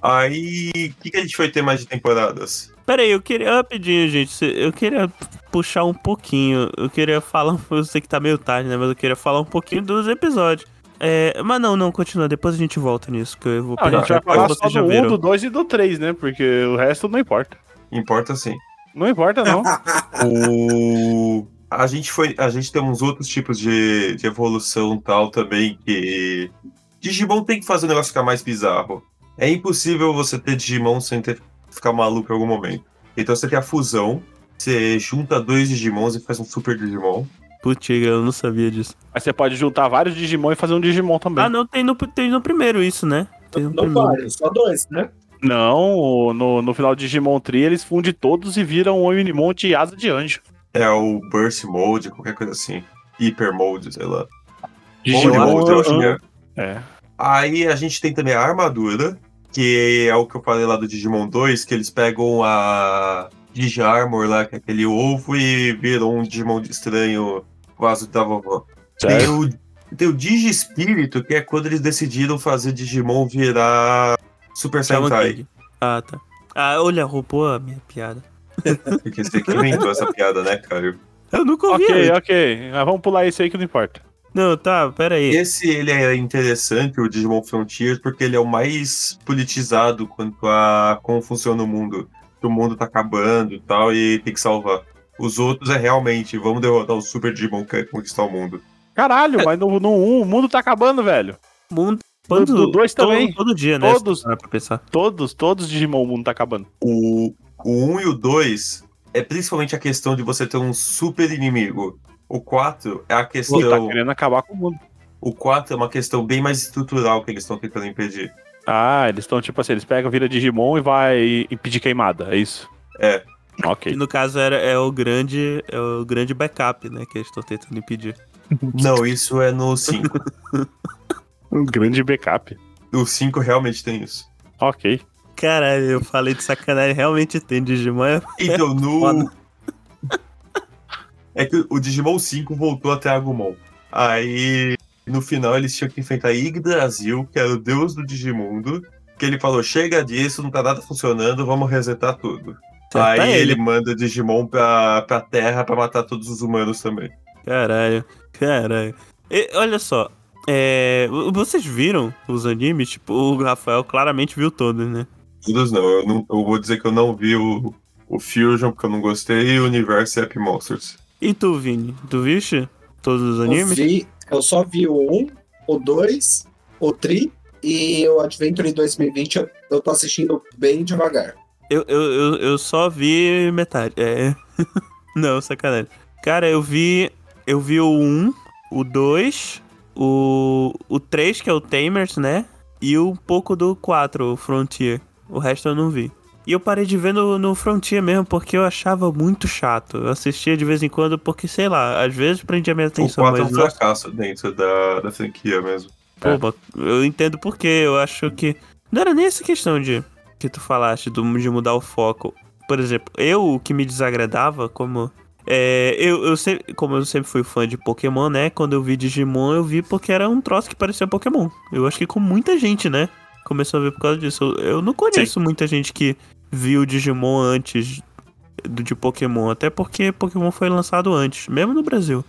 Aí, o que, que a gente foi ter mais de temporadas? Pera aí, eu queria. Rapidinho, gente. se- Eu queria puxar um pouquinho. Eu queria falar. Eu sei que tá meio tarde, né? Mas eu queria falar um pouquinho dos episódios. É, mas não, não, continua. Depois a gente volta nisso. Que eu vou Não, Ah, a gente vai falar só vocês já do 1, viram. do 2 e do 3, né? Porque o resto não importa. Importa sim. Não importa, não. Ah, O... A gente foi. A gente tem uns outros tipos de, de evolução tal também que. Digimon tem que fazer o negócio ficar mais bizarro. É impossível você ter Digimon sem ter ficar maluco em algum momento. Então você tem a fusão, você junta dois Digimons e faz um super Digimon. Putiga, eu não sabia disso. Mas você pode juntar vários Digimon e fazer um Digimon também. Ah, não, tem no, tem no primeiro isso, né? Tem no Não primeiro. vários, só dois, né? Não, o- no, no final de Digimon Tree eles fundem todos e viram um Unimon de asa de anjo. É o Burst Mode, qualquer coisa assim. Hyper Mode, sei lá. Mode Digimon, né? Mode, eu acho que é. é. Aí a gente tem também a armadura, que é o que eu falei lá do Digimon 2, que eles pegam a Digiarmor lá, que é aquele ovo, e viram um Digimon de estranho vaso da vovó. Tem o, tem o Digispírito, que é quando eles decidiram fazer Digimon virar Super Shaman Sentai. King. Tá, Ah, tá. Ah, olha, roubou a minha piada. Porque você que inventou essa piada, né, cara? Eu nunca ouvi. Ok, é. ela. ok. Mas vamos pular isso aí que não importa. Não, tá, pera aí. Esse ele é interessante, o Digimon Frontier, porque ele é o mais politizado quanto a como funciona o mundo. Que o mundo tá acabando e tal, e tem que salvar. Os outros é realmente, vamos derrotar o Super Digimon que quer conquistar o mundo. Caralho, mas no 1 o mundo tá acabando, velho. Mundo, No- no todo, dois todo- também. Todo, dia, né? Todos. se parar Pra pensar. Todos, todos Digimon o mundo tá acabando. O, o 1 e o 2 é principalmente a questão de você ter um super inimigo. O 4 é a Ele tá questão. querendo acabar com o mundo. O 4 é uma questão bem mais estrutural que eles estão tentando impedir. Ah, eles estão tipo assim, eles pegam, vira Digimon e vai impedir queimada, é isso? É. Que Ok. no caso era, é, o grande, é o grande backup, né? Que eles estão tentando impedir. Não, isso é no 5. Um grande backup. o 5 realmente tem isso. Ok. Caralho, eu falei de sacanagem, realmente tem Digimon. é- Então, no. Foda. É que o Digimon 5 voltou até Agumon. Aí, no final, eles tinham que enfrentar Yggdrasil, que era o deus do Digimundo. Que ele falou: chega disso, não tá nada funcionando, vamos resetar tudo. Acerta Aí tá ele. manda Digimon pra, pra terra pra matar todos os humanos também. Caralho, caralho. E, olha só, é, v- vocês viram os animes? Tipo, o Rafael claramente viu todos, né? Todos não, eu, não, eu vou dizer que eu não vi o, o Fusion porque eu não gostei e o Universo e Happy Monsters. E tu, Vini? Tu viste todos os Eu, animes? vi, eu só vi o 1, o 2, o Tri e o Adventure 2020 eu, eu tô assistindo bem devagar. Eu, eu, eu, eu só vi metade. É. Não, sacanagem. Cara, eu vi. Eu vi o 1, o 2, o. o 3, que é o Tamers, né? E um pouco do 4, o Frontier. O resto eu não vi. E eu parei de ver no, no Frontier mesmo, porque eu achava muito chato. Eu assistia de vez em quando, porque, sei lá, às vezes prendia minha atenção. o 4 é um mas eu- fracasso dentro da, da franquia mesmo. Pô, ba- eu entendo por quê. Eu acho que. Não era nem essa questão de que tu falaste do- de mudar o foco. Por exemplo, eu o que me desagradava, como. É, eu, eu sempre, como eu sempre fui fã de Pokémon, né? Quando eu vi Digimon, eu vi porque era um troço que parecia Pokémon. Eu acho que com muita gente, né? Começou a ver por causa disso. Eu, eu não conheço muita gente que viu Digimon antes do, de Pokémon. Até porque Pokémon foi lançado antes, mesmo no Brasil.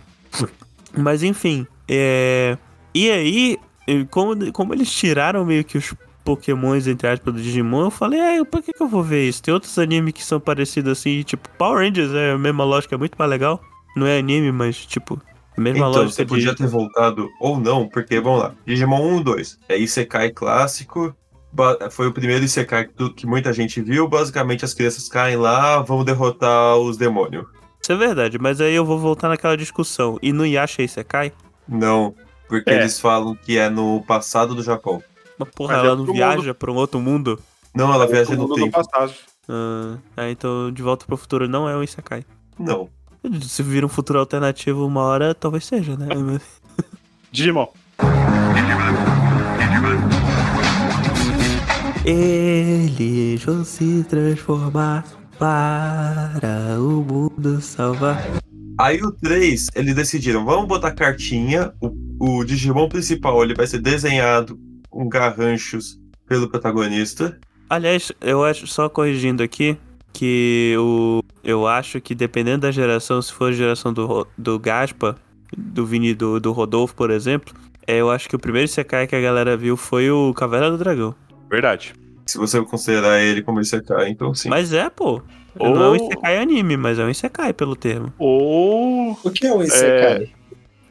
Mas enfim, é. E aí, e como, como eles tiraram meio que os pokémons, entre aspas, do Digimon, eu falei, ah, por que, que eu vou ver isso? Tem outros animes que são parecidos assim, tipo, Power Rangers é a mesma lógica, é muito mais legal. Não é anime, mas, tipo, a mesma Então, lógica você podia de... ter voltado ou não, porque, vamos lá, Digimon 1 2. É Isekai clássico, ba- foi o primeiro Isekai que, tu- que muita gente viu. Basicamente, as crianças caem lá, vão derrotar os demônios. Isso é verdade, mas aí eu vou voltar naquela discussão. E no Yasha Isekai? Não, porque É. eles falam que é no passado do Japão. Mas porra, Mas é ela não outro viaja pra um outro mundo? Não, ela viaja Todo no mundo no tempo. passado. Ah, ah, então De Volta pro Futuro não é um Isekai. Não. Se vir um futuro alternativo uma hora, talvez seja, né? Mas- Digimon. Eles vão se transformar para o mundo salvar. Aí o 3, eles decidiram, vamos botar cartinha. O, o Digimon principal, ele vai ser desenhado com garranchos pelo protagonista. Aliás, eu acho, só corrigindo aqui, que o, eu acho que dependendo da geração, se for a geração do, Ro- do Gaspa, do Vini do, do Rodolfo, por exemplo, é, eu acho que o primeiro Sekai que a galera viu foi o Caverna do Dragão. Verdade. Se você considerar ele como Isekai, então sim. Mas é, pô. Ou- Não é um Isekai anime, mas é um Isekai pelo termo. Ou. O que é um Isekai?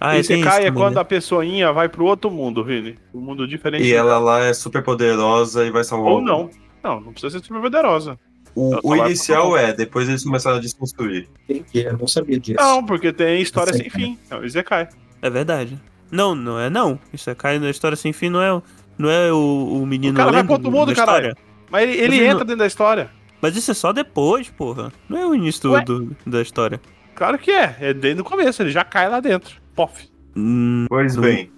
Ah, é, tem Isekai isso é também, quando né? a pessoinha vai pro outro mundo, Vini. Um mundo diferente. E ela lá é super poderosa e vai salvar Ou o- não. Não, não precisa ser super poderosa. Ela O, o só vai inicial salvar é, depois eles começaram a desconstruir. Entendi, eu não sabia disso. Não, porque tem história Sim. sem fim. É o Isekai. É verdade. Não, não é não. Isekai na história sem fim não é, o- não é o, o menino. cara vai lembra pro outro da mundo, história? Mas ele, ele Vini, entra não- dentro da história. Mas isso é só depois, porra. Não é o início Ué? do, da história. Claro que é. É desde o começo. Ele já cai lá dentro. Pof. Hum, Pois Uhum. bem,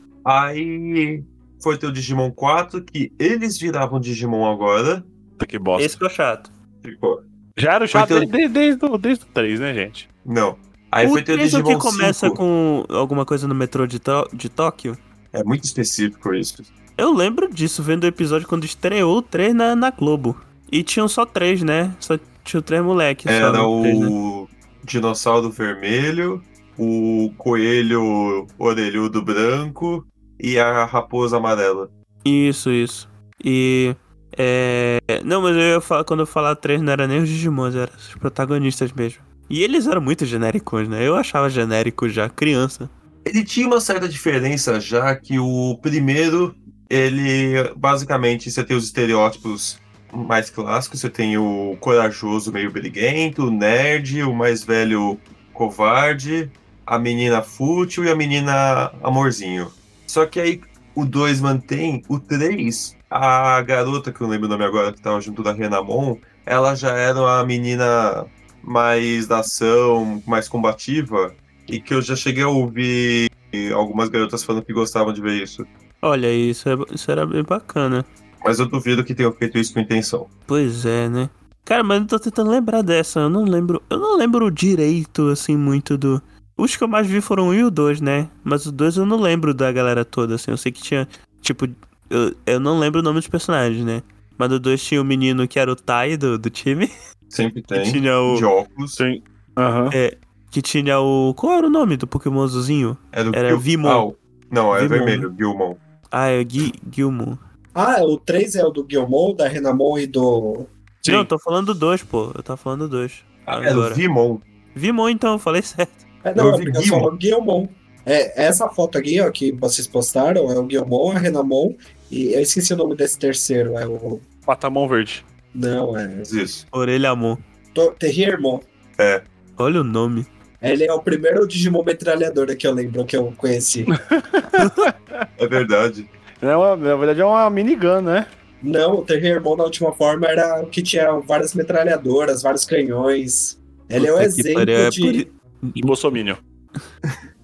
aí foi ter o Digimon 4, que eles viravam Digimon agora. Tipo, Puta que bosta. esse que é o chato. Ficou. Já era o chato Então- dele desde, desde, o- desde o 3, né, gente? Não. Aí o foi ter o três é o Digimon que começa 5. com alguma coisa no metrô de, Tó- de Tóquio. É muito específico isso. Eu lembro disso, vendo o episódio quando estreou o 3 na, na Globo. E tinham só três, É, né? Só tinha três moleques. só Era no três, né? o dinossauro vermelho, o coelho orelhudo branco e a raposa amarela. Isso, isso. E. É... Não, mas eu ia falar, quando eu falar três, não era nem os Digimons, eram os protagonistas mesmo. E eles eram muito genéricos, né? Eu achava genérico já, criança. Ele tinha uma certa diferença, já que o primeiro, ele basicamente você tem os estereótipos mais clássicos, você tem o corajoso meio briguento, o nerd, o mais velho covarde, a menina fútil e a menina amorzinho. Só que aí o 2 mantém, o 3, a garota que eu não lembro o nome agora, que tava junto da Renamon, ela já era uma menina mais da ação, mais combativa, e que eu já cheguei a ouvir algumas garotas falando que gostavam de ver isso. Olha, isso, é- isso era bem bacana. Mas eu duvido que tenham feito isso com intenção. Pois é, né? Cara, mas eu tô tentando lembrar dessa. Eu não lembro. Eu não lembro direito, assim, muito do. Os que eu mais vi foram o 1 e o 2, né? Mas o 2 eu não lembro da galera toda, assim. Eu sei que tinha. Tipo, eu, eu não lembro o nome dos personagens, né? Mas o 2 tinha o menino que era o Tai do, do time. Sempre Que tem. tinha o. De óculos. Sim. Aham. Que tinha o. Qual era o nome do Pokémonzinho? Era, o Era Gil- Vimon. Ah, o- não, era Vimon, vermelho, Gilmon. Ah, é o Gui, Gilmo. Ah, o 3 é o do Guilmon, da Renamon e do. Sim. Não, eu tô falando dois, pô. Eu tava falando dois. Ah, era Agora. o Vimon. Vimon, então, eu falei certo. É, não, Eu é vi porque eu Guilmon. falo Guilmon. É, essa foto aqui, ó, que vocês postaram, é o Guilmon, a Renamon, e eu esqueci o nome desse terceiro, é o. um Patamão verde. Não, é. Mas Isso. Orelha Amon. To- Terriermon. Olha o nome. Ele é o primeiro Digimon metralhadora que eu lembro, que eu conheci. É verdade. É uma- na verdade é uma minigun, né? Não, o Terriermon na última forma era o que tinha várias metralhadoras, vários canhões. Ele é um Puta que exemplo pariu, é por de, De Bolsominion.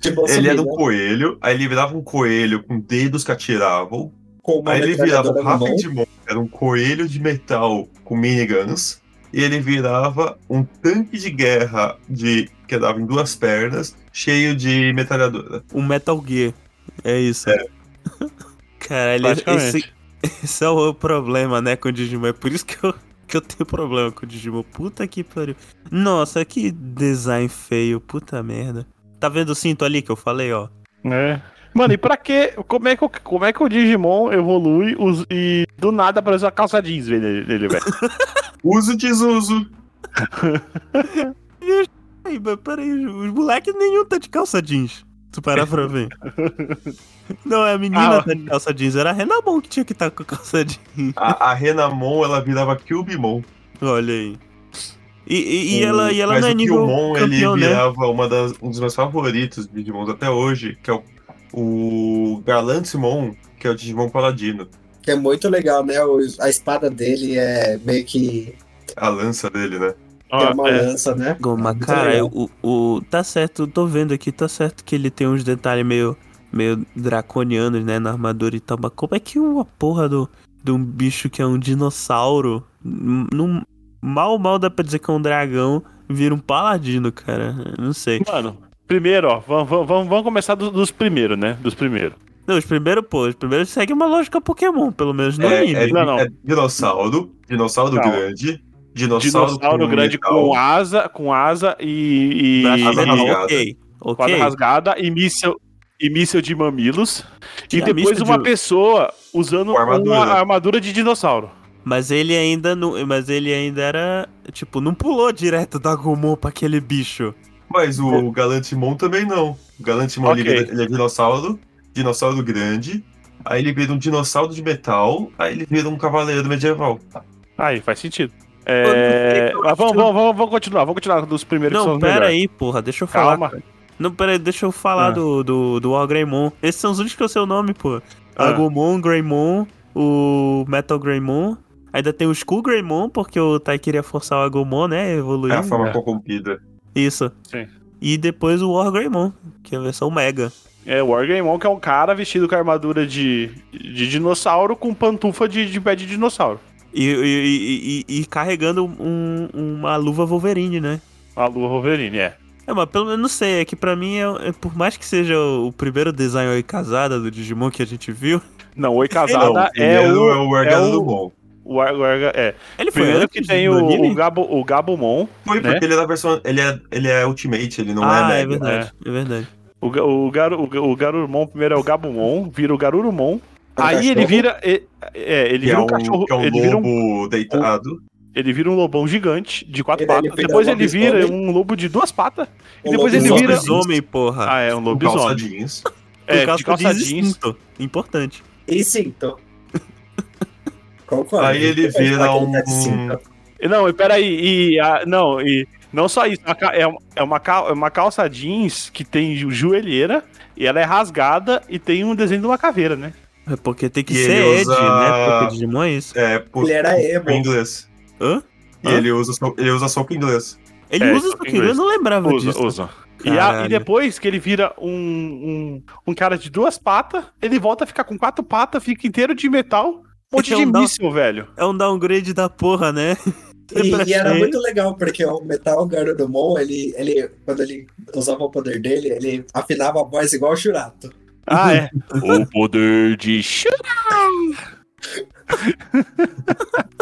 de Ele era Bolsonaro um coelho, aí ele virava um coelho com dedos que atiravam. com uma Aí ele virava metralhadora um na mão. Rapidmon, que era um coelho de metal com miniguns. E ele virava um tanque de guerra de que dava em duas pernas, cheio de metralhadora. um Metal Gear. É isso. Caralho, Praticamente. esse, esse é o problema, né, com o Digimon. É por isso que eu, que eu tenho problema com o Digimon. Puta que pariu. Nossa, que design feio. Puta merda. Tá vendo o cinto ali que eu falei, ó? É. Mano, e pra quê? Como é que, o- como é que o Digimon evolui os- e do nada aparece uma calça jeans dele, dele, velho? Uso e desuso. Aí, mas peraí, os moleques nenhum tá de calça jeans. Tu parar pra ver. Não, é a menina Ah, tá de calça jeans. Era a Renabon que tinha que estar com calça jeans. A, a Renamon, ela virava Kilbimon. Olha aí. E, e- e O- ela, e ela mas não é o nível Kilmon, campeão, ele né? virava uma das, um dos meus favoritos Digimons até hoje, que é o, o Galantimon, que é o Digimon Paladino. Que é muito legal, né? O- a espada dele é meio que A lança dele, né? é Ah, uma é. lança, né? Goma, Muito cara, legal. o, o, tá certo, eu tô vendo aqui, tá certo que ele tem uns detalhes meio, meio draconianos, né, na armadura e tal, mas como é que uma porra do, de um bicho que é um dinossauro, n- num, mal, mal dá pra dizer que é um dragão, vira um paladino, cara, Eu não sei. Mano, primeiro, ó, vamos, vamos- vamos, vamos começar do- dos primeiros, né? Dos primeiros. Não, os primeiros, pô, os primeiros seguem uma lógica Pokémon, pelo menos no é, anime. é- Não, não. é dinossauro, dinossauro Não. grande, dinossauro, Dinossauro com grande metal, com asa, com asa e. e- Braço asa e- rasgado, rasgada. ok, com asa ok. rasgada e míssel, e míssel de mamilos. Que e depois míssel uma de- pessoa usando Com armadura. uma armadura de dinossauro. Mas ele ainda não, mas ele ainda era, tipo, não pulou direto da Gomon pra aquele bicho. Mas o Galantimon também não. O Galantimon Ok. ele, vira- ele é dinossauro, dinossauro grande, aí ele vira um dinossauro de metal, aí ele vira um cavaleiro medieval. Aí, faz sentido. sei É... que eu Mas acho vamos, que eu- vamos, vamos, vamos continuar, vamos continuar dos primeiros que são Não, os pera melhores. aí, porra, deixa eu falar. Calma. Não, pera aí, deixa eu falar Ah. do, do, do Algreymon. Esses são os únicos que eu sei o nome, pô. Ah. Agumon, Greymon, o Metal Greymon. Ainda tem o Skull Greymon, porque o Tai queria forçar o Agumon, né? É Evoluir. a forma é. corrompida. Isso. Sim. E depois o War Greymon, que é a versão Mega. É, o Wargamon, que é um cara vestido com armadura de, de dinossauro com pantufa de, de pé de dinossauro. E, e- e- e- e carregando um- uma luva Wolverine, né? A lua Wolverine, é. É, mas pelo menos não sei, é que pra mim, é, é- por mais que seja o, o primeiro design aí casada do Digimon que a gente viu, Não, Oi Não, Casada é primeiro o, é o é o- Argalumon. O Arga. É. um- Ele foi Primeiro antes que tem do o, anime? o, Gabo, o Gabumon. Foi, Né? porque ele é da versão. Ele é, ele é Ultimate, ele não ah, é é, Mega. verdade, é verdade. O, Ga- o, Garu, o, Ga- o Garurumon primeiro é o Gabumon, vira o Garurumon. É um aí ele cachorro. vira. e- É, ele Que é vira um, um cachorro. que é um ele, vira um, lobo deitado. ele vira um lobão gigante de quatro E daí ele patas. vira depois um ele vira lobisomem. um lobo de duas patas. Um depois lobisomem. ele lobisomem. vira. Lobisomem, porra. Ah, é, um Com lobisomem. Tá. calça um jeans. É, Por de causa calça de jeans. instinto. Importante. E então. cinto. Concordo. Aí ele Você pode vira falar que ele tá de um- cinto. E Não, e peraí, e. a- não, e. Não só isso, é uma ca- é uma- é uma, cal- é uma calça jeans que tem ju- joelheira e ela é rasgada e tem um desenho de uma caveira, né? É porque tem que E ser ele Ed, usa- né? Porque Digimon é isso. É, por Ele era emo. inglês. Hã? E Hã? ele usa, so- ele usa soco inglês. Ele É, usa só isso que aqui, eu inglês. não lembrava disso. usa. E, a- Caralho. e depois que ele vira um, um, um cara de duas patas, ele volta a ficar com quatro patas, fica inteiro de metal, um monte é de um down- míssil, velho. É um downgrade da porra, né? E, e era Sim. muito legal, porque o Metal Garurumon, ele, ele, quando ele usava o poder dele, ele afinava a voz igual o Churato. Ah, é. o poder de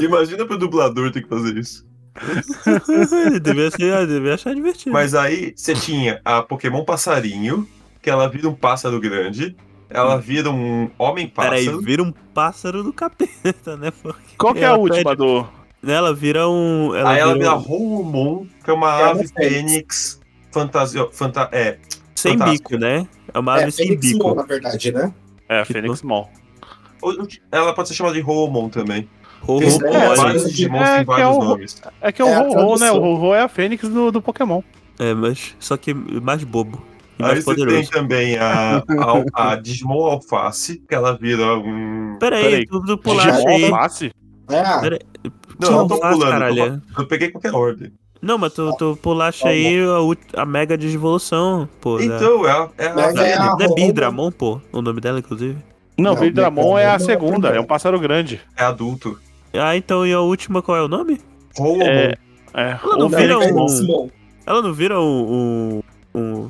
Imagina pro dublador ter que fazer isso. Ele devia, ser, ah, devia achar Hum. divertido. Mas aí você tinha a Pokémon Passarinho, que ela vira um pássaro grande. Hum. Ela vira um homem Peraí, pássaro. vira um pássaro do capeta, né? pô? Qual que é a Ela última do. Ela vira um. Ela aí ela vira vira um- Roumon, que é uma É uma ave fênix fantasia. Fanta, é, sem fantástica. bico, né? É Ah, uma ave É, sem Fênix bico. Moon, na verdade, né? É, Que Fênix Mall. o- o- ela pode ser chamada de Roumon também. Ho, ho, Isso ho, é, olha. vários Digimons É, têm que é vários o- nomes. É que é o É a Ho-Ho, né? tradução. O Ho-Ho é a Fênix do, do Pokémon. É, mas só que mais bobo. E Aí mais você tem poderoso. também a, a, a Digimon Alface, que ela vira um. Peraí, Peraí, tu tu pulaste Digimon aí. Face? Ah, Pera- Não, não tô Alface, pulando. caralho. tô- eu peguei qualquer ordem. Não, mas tu, tu pulaste aí a, ult- a mega desevolução, pô. né? da- Então, é a. É a Mas da, é a da Roma. Bidramon, pô. O nome dela, inclusive. Não, Não, Bidramon é a Bidramon é a segunda, é um pássaro grande. é adulto. Ah, então, e a última, qual é o nome? Roumon. É, é. Ela não o não, vira Fênix um- Mall. Fênix Moon. Ela não vira um. um, um-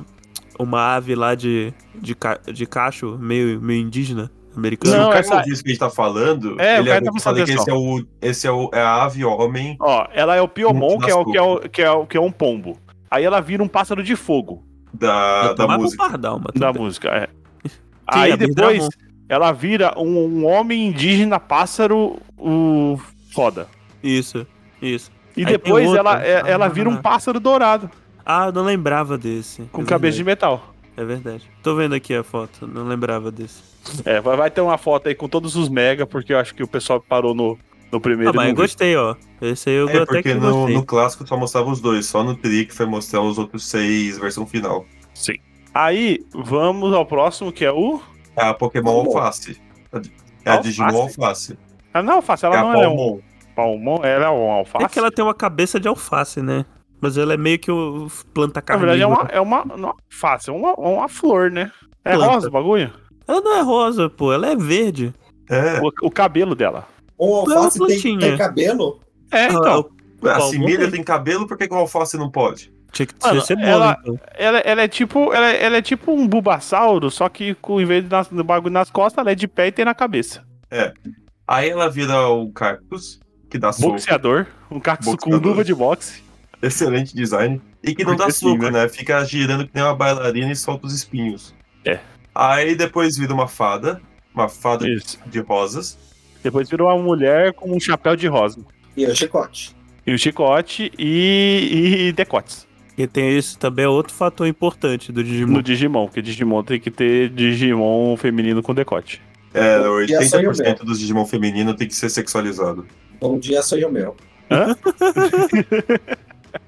uma ave lá de, de, ca- de cacho, meio, meio indígena, Se americano? Não, o cara essa- não diz que a gente tá falando, É, o ele cara agora tá fala que esse é prestando o. Esse é o. É a ave homem. Ó, ela é o Piomon, Muito que é o, lascou. que, é o, que, é o, que é um pombo. Aí ela vira um pássaro de fogo Da, Vai da tomar pro música. pardal, mas da tudo música. É. Sim, Aí é depois Bidramon. ela vira um, um homem indígena pássaro o foda. bem. Isso, isso. E Aí tem depois outra. ela, é- ela Ah. vira um pássaro dourado Ah, eu não lembrava desse. com é cabeça de verdade, metal. É verdade. Tô vendo aqui a foto, não lembrava desse. É, vai vai ter uma foto aí com todos os mega, porque eu acho que o pessoal parou no, no Ah, primeiro. e mas eu não viu. gostei, ó. Esse aí eu É, até porque que no, gostei. no clássico só mostrava os dois, só no Tri que foi mostrar os outros seis, versão final. Sim. Aí, vamos ao próximo, que é o. É a Pokémon Palmon. Alface. É a Digimon Alface. Ah, não, alface, É ela a não é um Palmon. palmon, ela é um alface. É que ela tem uma cabeça de alface, né? Mas ela é meio que o planta Na carnívora. verdade, é uma, é uma, não é uma alface, é uma, é uma flor, né? É Planta. rosa o bagulho? Ela não é rosa, pô. Ela é verde. É, O, o cabelo dela. Um alface Não, tem, plantinha. tem cabelo? É, Ah, então. o- a Palmon Similha tem. Assim, tem cabelo, por que que o Alface não pode? Tinha que Mano, ser bom, ela- então. Ela, ela é tipo. Ela, ela é tipo um bubassauro, só que com, em vez de nas- do bagulho nas costas, ela é de pé e tem na cabeça. Aí ela vira o Cactus, que dá soco. Boxeador, um cactus com Boxeador. luva de boxe. Excelente design. E que não dá Porque sim, soco, né? Fica girando que nem uma bailarina e solta os espinhos. É. Aí depois vira uma fada, uma fada Isso. de rosas. Depois virou uma mulher com um chapéu de rosa. E o chicote. E um chicote e, e decotes. E tem isso também é outro fator importante do Digimon. No Digimon, porque Digimon tem que ter Digimon feminino com decote. É, E essa aí eu 80% mesmo. dos Digimon feminino tem que ser sexualizado. Bom Um dia, sou eu meu.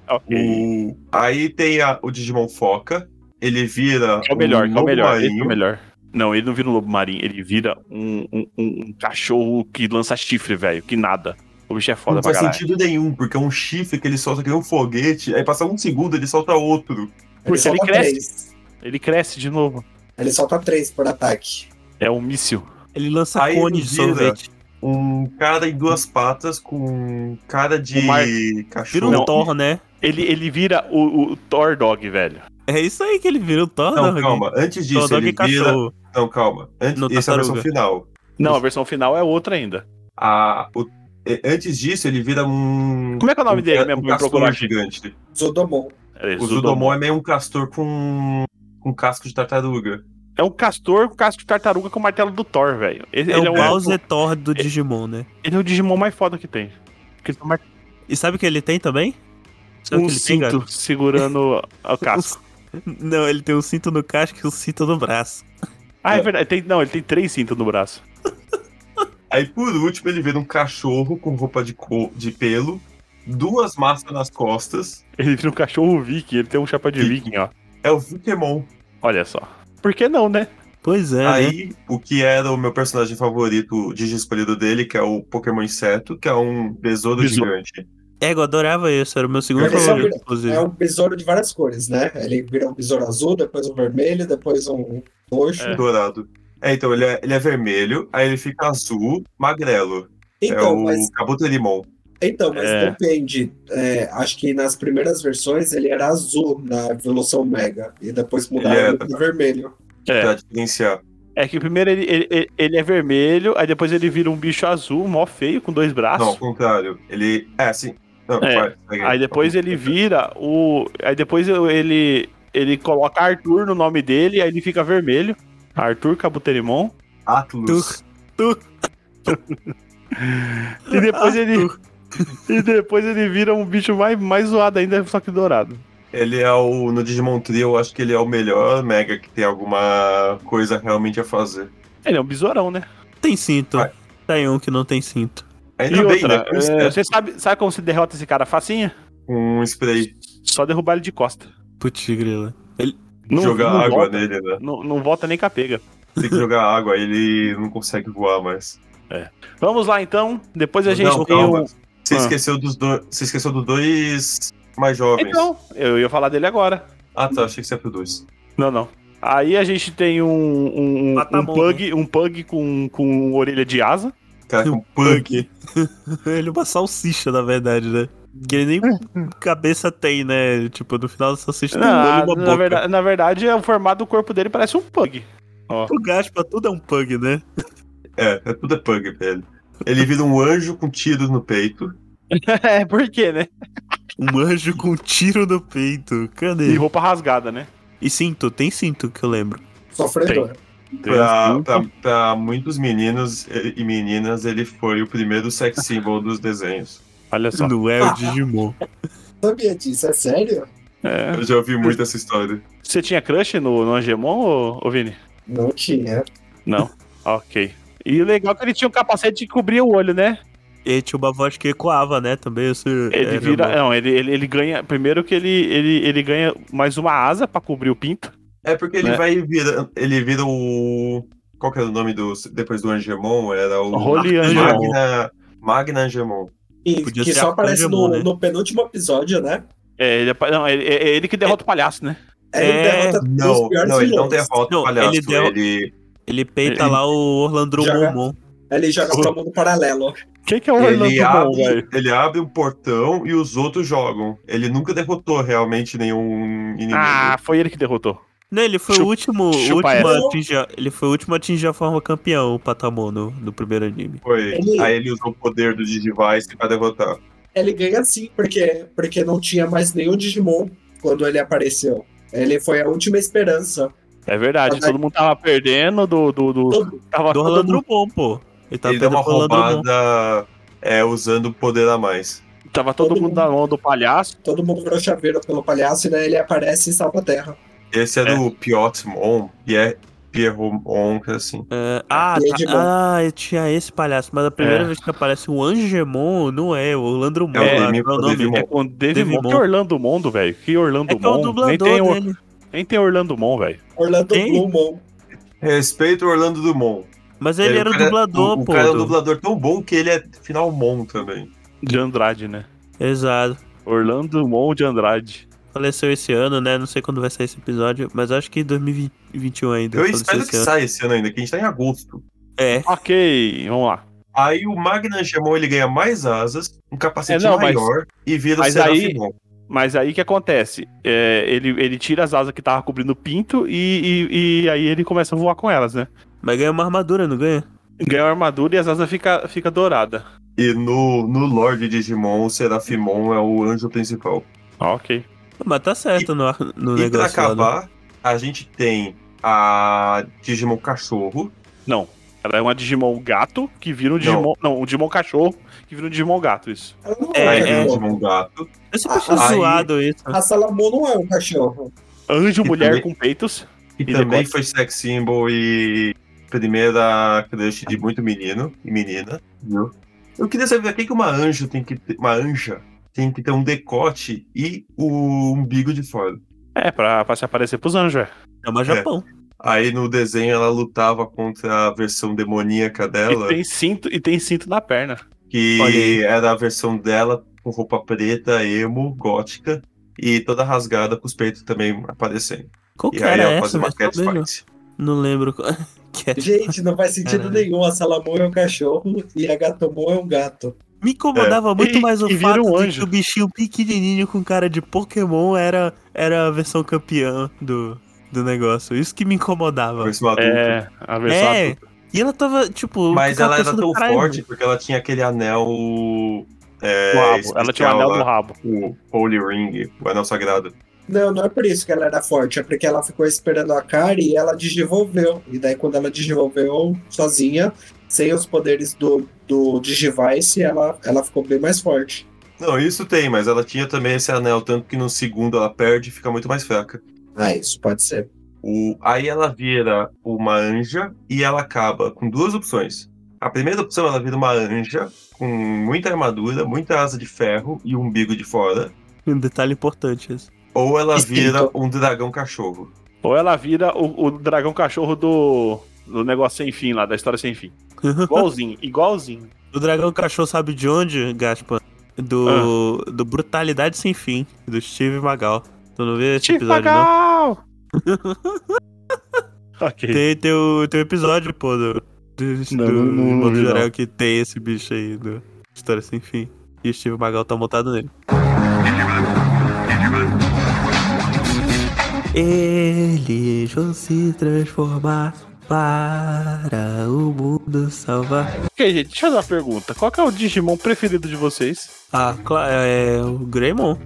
Ok. O... Aí tem a- o Digimon Foca, ele vira. Que é o melhor, que é um o lobo melhor, esse é marinho. o melhor. Não, ele não vira um lobo marinho, ele vira um, um- um- um cachorro que lança chifre, velho, que nada. O bicho é foda não pra faz caralho. sentido nenhum, porque é um chifre que ele solta que nem um foguete, aí passa um segundo ele solta outro. Porque ele solta cresce. três. Ele cresce de novo. Ele solta três por ataque. É um míssil. Ele lança Aí ele cone de vira. sorvete. Um cara em duas patas com cara de Um mar- Vira cachorro. um Não. Thor, né? Ele, ele vira o, o Thor Dog, velho. É isso aí que ele vira o Thor, Não, né, calma. Antes Thor disso, Dog ele e vira. cachorro. Não, calma. Antes... No Essa é a versão tartaruga. final. Não, a versão final é outra ainda. A... O... E- Antes disso, ele vira um. Como é que é o nome um dele ca- mesmo? um Me procura castor aqui. gigante. Zodomon. É, O Zudomon é meio um castor com. com casco de tartaruga. É um castor com casco de tartaruga com o martelo do Thor, velho. Ele, É ele é o um- Bowser Thor do Digimon, né? ele é o Digimon mais foda que tem. Porque ele tem um mar- E sabe o que ele tem também? É Sabe o um que ele tem, cara? Um cinto segurando o casco. Não, ele tem um cinto no casco e um cinto no braço. Ah, é verdade. Tem, não, ele tem três cintos no braço. Aí, por último, ele vira um cachorro com roupa de, co... de pelo, duas máscaras nas costas. Ele vira um cachorro viking, ele tem um chapéu de Viking. viking, ó. É o Vikemon. Olha só. Por que não, né? Pois é, né? Aí, o que era o meu personagem favorito, o digi escolhido dele, que é o Pokémon Inseto, que é um besouro Besouro. gigante. Ego, adorava isso, era o meu segundo Ele é favorito, só- inclusive. É um besouro de várias cores, né? Ele vira um besouro azul, depois um vermelho, depois um roxo. É. Dourado. É, então, ele é, ele é vermelho, aí ele fica azul, magrelo. é Então, o mas, Cabuterimon. então, mas É. depende. É, acho que nas primeiras versões ele era azul na evolução Mega. E depois mudaram era. ele pra vermelho. É. Pra diferenciar. É que primeiro ele, ele- ele, ele é vermelho, aí depois ele vira um bicho azul, mó feio, com dois braços. Não, ao contrário. Ele. É, assim. Não, É. vai, segue Aí depois ele vira o. Aí depois ele. Ele coloca Arthur no nome dele, aí ele fica vermelho. Arthur Cabuterimon. Atlus. E depois ele. e depois ele vira um bicho mais, mais zoado ainda, só que dourado. Ele é o. No Digimon Trio, eu acho que ele é o melhor Mega que tem alguma coisa realmente a fazer. Ele é um besourão, né? Tem cinto. Vai. Tem um que não tem cinto. Ainda E bem, outra, né? Um é, inseto você sabe, sabe como se derrota esse cara facinha? Com um spray. Só derrubar ele de costa. Putz, grila. jogar água volta, nele, né? Não, não volta nem capega. Tem que jogar água, aí ele não consegue voar mais. Vamos lá então. Depois a gente Não, tem calma. um. Você Ah. esqueceu dos dois. Você esqueceu dos dois mais jovens. Então, eu ia falar dele agora. Ah tá, achei que você ia pro dois. Não, não. Aí a gente tem um, um, um, Patamon, um pug, um pug com, com orelha de asa. Cara, um com punk. Ele é uma salsicha, na verdade, né? Que ele nem cabeça tem, né? Tipo, no final da salsicha tem um olho e Na, uma Ah, na boca. verdade, na verdade, é o formato do corpo dele parece um pug. O Gaspa tudo é um pug, né? É, é tudo é punk, velho. Ele vira um anjo com tiros no peito. é, por quê, né? Um anjo com um tiro no peito. E Cadê? roupa rasgada, né? E cinto, tem cinto que eu lembro. Sofredor. Pra, pra, pra muitos meninos e e meninas, ele foi o primeiro sex symbol dos desenhos. Olha só. Ah! Não é o Digimon. Sabia disso, é sério? É. Eu já ouvi muito essa história. Você tinha crush no, no Angemon, ô, ô Vini? Não tinha. Não. ok. E o legal é que ele tinha um capacete que cobria o olho, né? E tinha uma voz que ecoava, né? Também esse. É, Ele era vira. uma- Não, ele, ele, ele ganha. Primeiro que ele, ele, ele ganha mais uma asa pra cobrir o pinto. É porque ele Né? vai virar. Ele vira o. Qual que era o nome do. Depois do Angemon? Era o. Holy Angemon. Magna, Magna Angemon. E Podia que ser só a aparece Kanjamon, no, né? no penúltimo episódio, né? É, ele, é- não, ele- é ele que derrota o palhaço, né? É, ele É, derrota Não, os piores não, ele não vilões. derrota Não, o palhaço. ele derro- ele- Ele peita Ele- lá o Orlando Joga- Drummond. Ele joga pra mundo paralelo. Quem que é o Orlando Ele Drummond, abre, velho? ele abre um portão e os outros jogam. Ele nunca derrotou realmente nenhum inimigo. Ah, foi ele que derrotou. Não, ele foi o Chupa- último, o chupa último essa. a atingir, a- ele foi o último a atingir a forma campeão, o Patamon, no, no primeiro anime. Foi. Ele- Aí ele usou o poder do Digivice pra derrotar. Ele ganha sim, porque, porque não tinha mais nenhum Digimon quando ele apareceu. Ele foi a última esperança. É verdade, todo mundo tava perdendo do. do, do- Todo- tava Do todo Orlando mundo, Drummond, pô. Ele tá ele deu perdendo uma pro Orlando Drummond. roubada é, usando o poder a mais. tava todo todo mundo na mão do palhaço. Todo mundo virou chaveiro pelo palhaço e daí ele aparece e salva a terra. Esse é, É. do Piotmon, Pierre, Pierromon, é que é assim. É, ah, E é tá- de bom. ah, eu tinha esse palhaço, mas a primeira É. vez que aparece o Angemon, não é, o Orlando Drummond. É, lá, ele qual é o poder nome? de É com o Devimon. Devimon. Que Orlando Mondo, velho? Que Orlando É que é o Mondo? Nem dublador tem, Or- dele. nem tem Orlando Mon, velho. Orlando Quem? Blumon. Respeito o Orlando Dumont. Mas ele É, era o cara- dublador, o, o pô. cara é um do- dublador tão bom que ele é final Mon também. De Andrade, né? Exato. Orlando Mon de Andrade. Faleceu esse ano, né? Não sei quando vai sair esse episódio, mas acho que 2021 ainda. Eu faleceu espero esse que ano. saia esse ano ainda, que a gente tá em agosto. É, Ok, vamos lá. Aí o Magna Gemon ele ganha mais asas, um capacete É, não, mas- maior e vira o mas aí- Serafimon. Mas aí o que acontece? É, ele, ele tira as asas que tava cobrindo o pinto e, e, e aí ele começa a voar com elas, né? mas ganha uma armadura, não ganha? Ganha a armadura e as asas fica, fica dourada. E no, no Lorde Digimon, o Serafimon é o anjo principal. Ok. Mas tá certo no, no e negócio. pra lá, né? acabar, a gente tem a Digimon Cachorro. Não. Ela é uma Digimon gato que vira um Digimon. Não, um Digimon cachorro que vira um Digimon gato, isso. Ela não É, aí é, tem é. né, o um cachorro. Digimon Gato. Eu sempre achei Ah, Aí- É zoado isso. né? A Salamon não é um cachorro. Anjo, E mulher também- com peitos. E, E também decote. foi sex symbol e primeira crush de muito menino e menina. Viu? Eu queria saber por que que uma anjo tem que ter, uma anja tem que ter um decote e o umbigo de fora. É, pra, pra se aparecer pros anjos, é. É uma Japão. Aí no desenho ela lutava contra a versão demoníaca E dela, tem, cinto, e tem cinto na perna. Olha aí. que era a versão dela com roupa preta, emo, gótica e toda rasgada com os peitos também aparecendo. Qual que e aí era ela é essa? fazia uma Mas talvez eu- catfight. Não lembro. qual- que é. Gente, não faz sentido Caralho. nenhum. A Salamon é um cachorro e a Gatomon é um gato. Me É. incomodava muito E- mais o e vira fato um de anjo. que o bichinho pequenininho com cara de Pokémon era, era a versão campeã do, do negócio. Isso que me incomodava. versão adulta. É, a versão É. adulta. E ela tava, tipo. Mas ficava ela era pensando, tão "Caralho, forte porque ela tinha aquele anel. É, Do rabo. Ela tinha um especial anel lá, no rabo. O Holy Ring, o anel sagrado. Não, não é por isso que ela era forte, é porque ela ficou esperando a Kari e ela desenvolveu. E daí, quando ela desenvolveu sozinha, sem os poderes do, do Digivice, ela, ela ficou bem mais forte. Não, isso tem, mas ela tinha também esse anel, tanto que no segundo ela perde e fica muito mais fraca. Ah, isso pode ser. O, aí ela vira uma anja e ela acaba com duas opções. A primeira opção ela vira uma anja com muita armadura, muita asa de ferro e umbigo de fora. Um detalhe importante esse. Ou ela Extinto. vira um dragão cachorro. Ou ela vira o, o dragão cachorro do, do negócio sem fim lá, da história sem fim. Igualzinho, igualzinho. o dragão cachorro sabe de onde, Gaspa? Do. Ah. Do Brutalidade Sem Fim, do Steve Magal. Tu não vê esse Chief episódio, não? Magal! ok. Tem, tem, o, tem o episódio, pô, do. Do, do, Não, não- não Modo vi, não. Geral que tem esse bicho aí do História Sem Fim. E o Steve Magal tá montado nele. Eles vão se transformar para o mundo salvar. Ok, gente, deixa eu dar uma pergunta. Qual que é o Digimon preferido de vocês? Ah, claro, é o Greymon.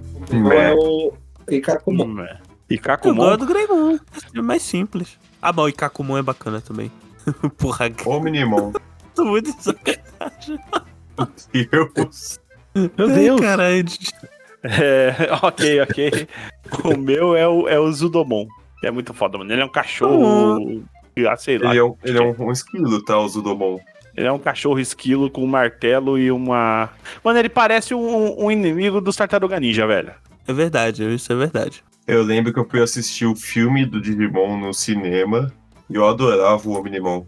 Ou é o Ikakumon. Hum, é. E Eu Kakumon? gosto do Greymon. É mais simples. Ah, bom, e Kakumon é bacana também. Porra, eu Ou Minimon. tô muito desagradável. Deus. Meu Deus! Caralho, É, ok, ok. o meu é o, é o Zudomon. É muito foda, mano. Ele é um cachorro. Ah, sei lá. Ele é um, ele é um, um esquilo, tá? O Zudomon. Ele é um cachorro esquilo com um martelo e uma. Mano, ele parece um, um inimigo dos Tartaruga Ninja, velho. É verdade, isso é verdade. Eu lembro que eu fui assistir o filme do Digimon no cinema e eu adorava o Omnimon.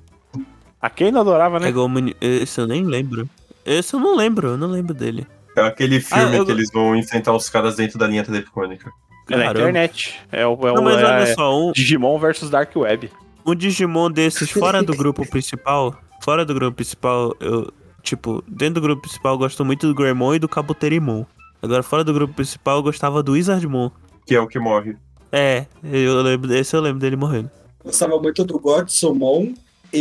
A quem não adorava, É né? igual o meni- Esse eu nem lembro. Esse eu não lembro, eu não lembro dele. É aquele filme Ah, eu- que eles vão enfrentar os caras dentro da linha telefônica. É na Caramba. internet. É o, é o Não, mas é- olha é só, um, Digimon versus Dark Web. um Digimon desses fora do grupo principal, fora do grupo principal, eu, tipo, dentro do grupo principal eu gosto muito do Greymon e do Cabuterimon. Agora, fora do grupo principal, eu gostava do Wizardmon. Que é o que morre. É, eu lembro, esse eu lembro dele morrendo. Gostava muito do Godsumon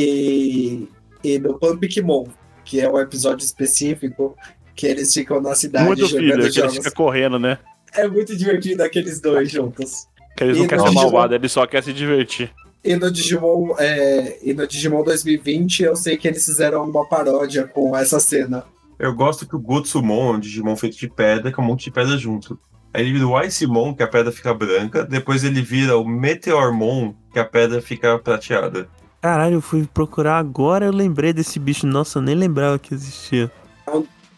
e, e do Pumpkmon, que é um episódio específico que eles ficam na cidade Muito jogando filho, que eles jogos. ficam correndo, né? É muito divertido aqueles dois juntos. Que eles não E querem no ser Digimon- malvados, eles só querem se divertir. E no Digimon, é, e no Digimon 2020, eu sei que eles fizeram uma paródia com essa cena. Eu gosto que o Gotsumon é um Digimon feito de pedra, com um monte de pedra junto. Aí ele vira o Icemon, que a pedra fica branca. Depois ele vira o Meteormon, que a pedra fica prateada. Caralho, eu fui procurar agora, eu lembrei desse bicho. Nossa, eu nem lembrava que existia.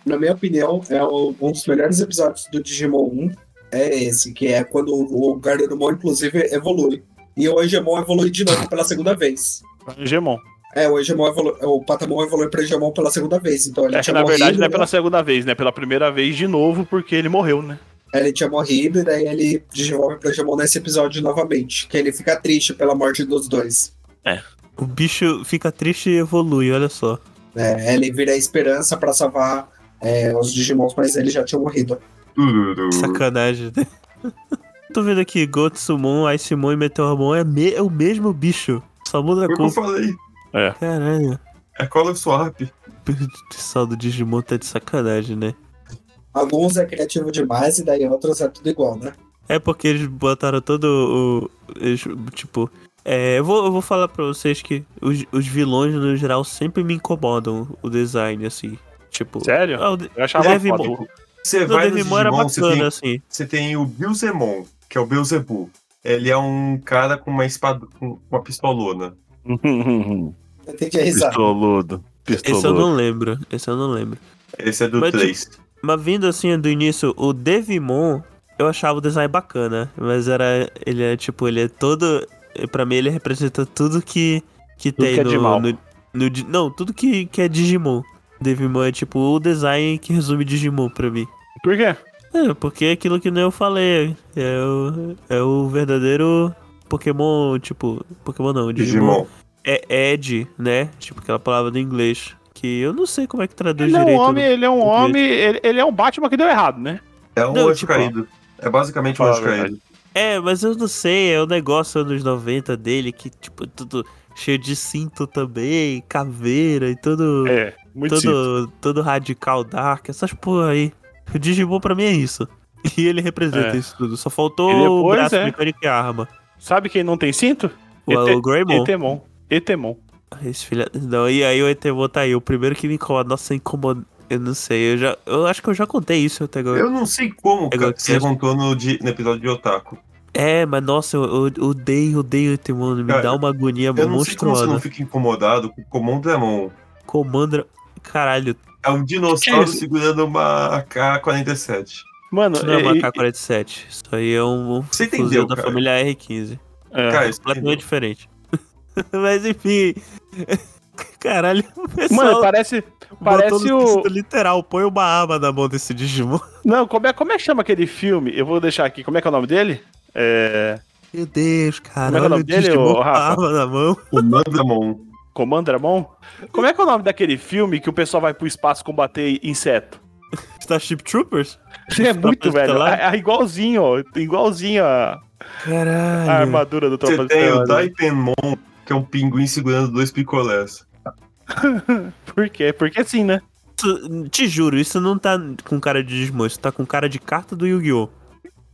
Na minha opinião, é o- um dos melhores episódios do Digimon 1. É esse, que é quando o o Garurumon, inclusive, evolui. E o Angemon evolui de novo pela segunda vez. Digimon. É, o Angemon evolui, o Patamon evolui para Angemon pela segunda vez. Então ele É que tinha na morrido, verdade não é né? pela segunda vez, né? Pela primeira vez de novo, porque ele morreu, né? Ele tinha morrido, e daí ele desenvolve para Angemon nesse episódio novamente. Que ele fica triste pela morte dos dois. O bicho fica triste e evolui, olha só. É, ele vira a esperança para salvar é, os Digimons, mas ele já tinha morrido. Tururu. Sacanagem, né? Tô vendo aqui, Gotsumon, Aicemon e Meteormon é, me- é o mesmo bicho. Só muda a Foi o que cor. eu falei. Caralho. É Color Swap. perdição do Digimon tá de sacanagem, né? Alguns é criativo demais e daí outros é tudo igual, né? É porque eles botaram todo o. eles, tipo. É, eu, vou, eu vou falar pra vocês que os, os vilões, no geral, sempre me incomodam o design, assim. Tipo. Sério? ah, o de- Eu achava Deve foda. mo- Tipo, Você no vai no Devimon era Digimon, você tem, bacana, assim. você tem o Bilzemon, que é o Beelzebub. Ele é um cara com uma espada, com uma pistolona. Eu tenho que risar. Pistoludo. Esse eu Pistoludo. não lembro. Esse eu não lembro. Esse é do Mas, tipo, 3. Mas vindo assim do início, o Devimon, eu achava o design bacana, mas era. Ele é tipo, ele é todo. Pra mim, ele representa tudo que, que tem que é de no, mal. no, no di- Não, tudo que, que é Digimon. Devimon é tipo o design que resume Digimon pra mim. Por quê? É, porque é aquilo que nem eu falei. É o, é o verdadeiro Pokémon, tipo. Pokémon não, Digimon. Digimon. É Ed, né? Tipo aquela palavra do inglês. Que eu não sei como é que traduz Ele é um direito. homem, ele é um direito. homem, ele, ele é um Batman que deu errado, né? É um Não, anjo tipo, caído. É basicamente um Fala a anjo caído. verdade. É, mas eu não sei, é o negócio anos 90 dele que, tipo, é tudo cheio de cinto também, caveira e tudo. É, muito simples. todo, todo radical dark, essas porra aí. O Digimon pra mim é isso. E ele representa É. isso tudo. Só faltou E o depois, braço é. mecânico e a arma. Sabe quem não tem cinto? O, ET o Greymon. Etemon. Etemon. Esse filho. Não, e aí o Etemon tá aí. O primeiro que me incomoda. Nossa, incomoda. Eu não sei, eu já. Eu acho que eu já contei isso até agora. Eu não sei como, cara, gosto que você disso. contou no, di- no episódio de Otaku. É, mas nossa, eu, eu odeio, odeio o Etemon. Me Cara, dá uma agonia Eu não sei como você não monstruosa. fica incomodado com o Comandamon. Comandra. Caralho, É um dinossauro Que que é segurando uma AK-47. Mano, Isso não é uma e- AK-47. Isso aí é um Você fuzil entendeu, da cara? família R15. é. Cara, você Completamente entendeu? diferente. Mas enfim. Caralho, o pessoal Mano, parece, botou parece no o... sentido literal. Põe uma arma na mão desse Digimon. Não, como é, como é que chama aquele filme? Eu vou deixar aqui, como é que é o nome dele? É... Meu Deus, cara. Como é que é o olha nome o dele, Digimon ô, com a Rafa? arma na mão. Comandamon. Comandramon? Como é que é o nome daquele filme que o pessoal vai pro espaço combater inseto? Starship Troopers? É muito, velho. Estelar? É, é igualzinho, ó. Igualzinho a, a Caralho. armadura do É, Você Tropa tem o Estelar. Taipenmon, que é um pinguim segurando dois picolés. Por quê? Porque sim, né? Isso- Te juro, isso não tá com cara de Digimon. Isso tá com cara de carta do Yu-Gi-Oh!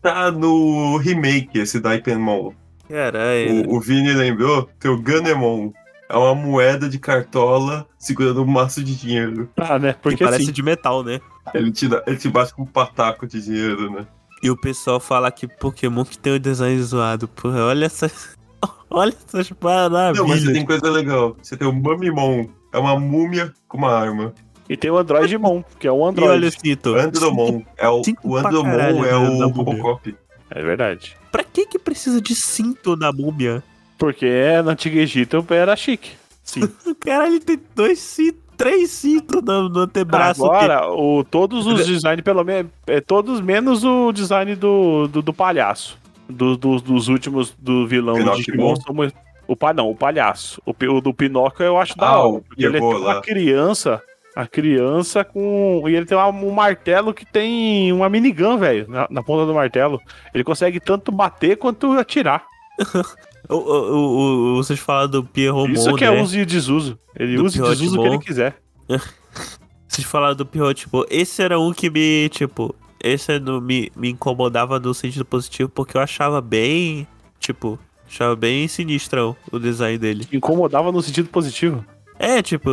Tá no remake esse Daipenmon. Caralho. O, o Vini lembrou? Tem o Ganemon. É uma moeda de cartola segurando um maço de dinheiro. Ah, né? Porque Porque parece sim. de metal, né? Ele te, dá- ele te bate com um pataco de dinheiro, né? E o pessoal fala que Pokémon que tem o design zoado, porra, olha essas. Olha essas maravilhas. Não, mas você tem coisa legal. Você tem o Mamimon. É uma múmia com uma arma. E tem o Androidmon, que é um E olha o Android. cinto. Andromon. É o, Cinco o pra Andromon caralho, é né, da o múmia. Robocop. É verdade. Pra que que precisa de cinto na múmia? Porque no Antigo Egito era chique. Sim. O cara ele tem dois cintos, três cintos no, no antebraço. dele. Agora, o, todos os designs, pelo menos. É, todos menos o design do, do, do palhaço. Do- dos- dos últimos do vilão do Pinocchio. Digimon são muito- O pa, não, o palhaço. O, pi- o do Pinóquio eu acho da Ah, hora. o Porque ele é pivô tipo uma lá. criança. A criança com. E ele tem uma- um martelo que tem uma minigun, velho, na, na ponta do martelo. Ele consegue tanto bater quanto atirar. O, o, o- o- vocês falaram do Pierromon, Isso que né? é uso e desuso. Ele Do usa e desusa o que Piotimon. ele quiser. Vocês falaram do Pierrot, tipo, esse era um que me, tipo, esse não me, me incomodava no sentido positivo, porque eu achava bem, tipo, achava bem sinistrão o design dele. Incomodava no sentido positivo. É, tipo,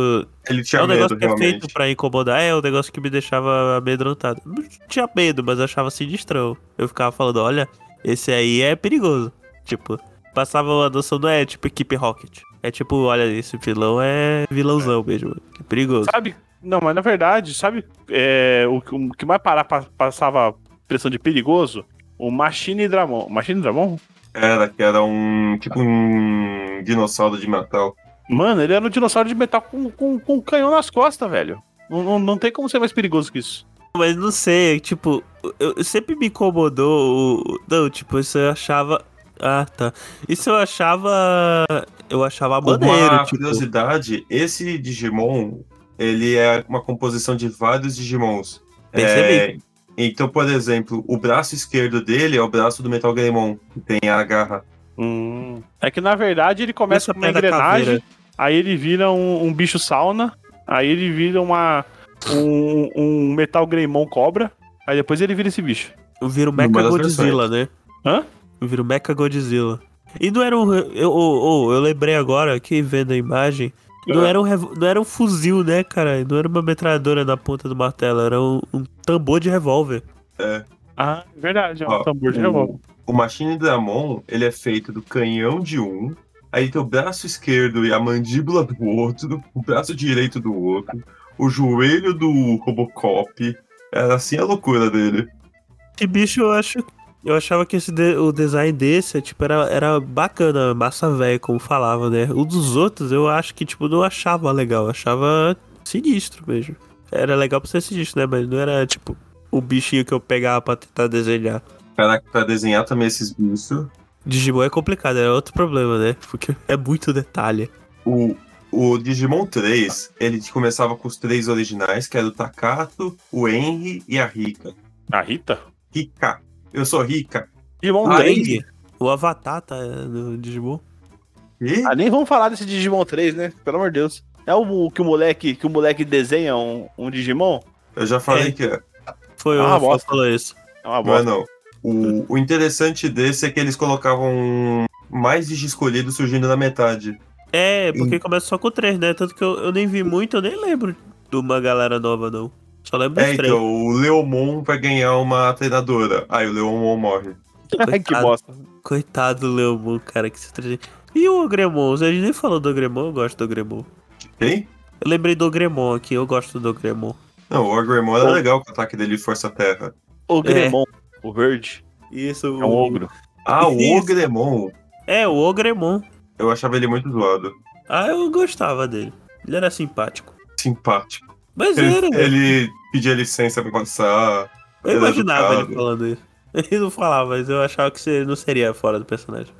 Ele tinha É um medo, negócio que é feito realmente. pra incomodar, é um negócio que me deixava amedrontado. Não tinha medo, mas achava sinistrão. Eu ficava falando, olha, esse aí é perigoso. Tipo, passava a noção, não é tipo equipe Rocket. É tipo, olha, esse vilão é vilãozão mesmo. Que perigoso. Sabe? Não, mas na verdade, sabe é, o, que- o que mais parar pa- passava pressão de perigoso? O Machine Dramon. Machine Dramon? Era, que era um. Tá. Tipo um dinossauro de metal. Mano, ele era um dinossauro de metal com, com, com um canhão nas costas, velho. Não, não, não tem como ser mais perigoso que isso. Mas não sei, tipo, eu, eu sempre me incomodou. o- Não, tipo, isso eu achava. Ah, tá. Isso eu achava. Eu achava maneiro, uma tipo. curiosidade, esse Digimon, ele é uma composição de vários Digimons. Percebi. É, então, por exemplo, o braço esquerdo dele é o braço do Metal Greymon, que tem a garra. É que na verdade ele começa Essa com uma pedra engrenagem, caveira. aí ele vira um, um bicho sauna, Aí ele vira uma. Um, um Metal Greymon Cobra. Aí depois ele vira esse bicho. Vira o Numa Mecha das Godzilla, né? Hã? Vira o Mecha Godzilla. E não era um. Eu, oh, oh, eu lembrei agora aqui, vendo a imagem. Não É. era, um, revo- não era um fuzil, né, cara? Não era uma metralhadora na ponta do martelo, era um, um tambor de revólver. Ah, é verdade, é um Ó, hum. tambor de o- revólver. O Machine Dramon, ele é feito do canhão de um, aí tem o braço esquerdo e a mandíbula do outro, o braço direito do outro, o joelho do Robocop. Era assim a loucura dele. Que bicho, eu acho. Eu achava que esse de- o design desse, tipo, era, era bacana, massa velha, como falava, né? O dos outros, eu acho que, tipo, não achava legal, eu achava sinistro mesmo. Era legal pra ser sinistro, né? Mas não era, tipo, o bichinho que eu pegava pra tentar desenhar. Caraca, pra desenhar tá também esses bichos. Digimon é complicado, é outro problema, né? Porque é muito detalhe. O, o Digimon 3, ele começava com os três originais, que era o Takato, o Henry e a Rika. A Rita? Rika. Eu sou Rika. Digimon Ah, 3. Eng, o Avatar tá no Digimon. E? Ah, nem vamos falar desse Digimon 3, né? Pelo amor de Deus. É o que o moleque, que o moleque desenha um, um Digimon? Eu já falei É. que é. Foi o Ah, Rafa que bosta. falou isso. É uma bosta. Mano, o, o interessante desse é que eles colocavam mais Digi escolhido surgindo na metade. É, porque Hum. começa só com três, né? Tanto que eu, eu nem vi muito, eu nem lembro de uma galera nova, não. Só lembro É, dos três. então, o Leomon vai ganhar uma treinadora. Aí o Leomon morre. Ai, que coitado. bosta. Coitado do Leomon, cara, que se tre... E o Ogremon? A gente nem falou do Ogremon, eu gosto do Ogremon. Quem? Eu lembrei do Ogremon aqui, eu gosto do Ogremon. Não, o Agremon era O- legal com o ataque dele de Força Terra. É O Gremon, o verde, Isso, é um ogro. Ah, Isso. o Ogremon. É, o Ogremon. Eu achava ele muito zoado. Ah, eu gostava dele. Ele era simpático. Simpático. Mas era, Ele, velho. ele pedia licença pra passar. eu ele é imaginava ele educado. falando isso. Ele não falava, mas eu achava que você não seria fora do personagem.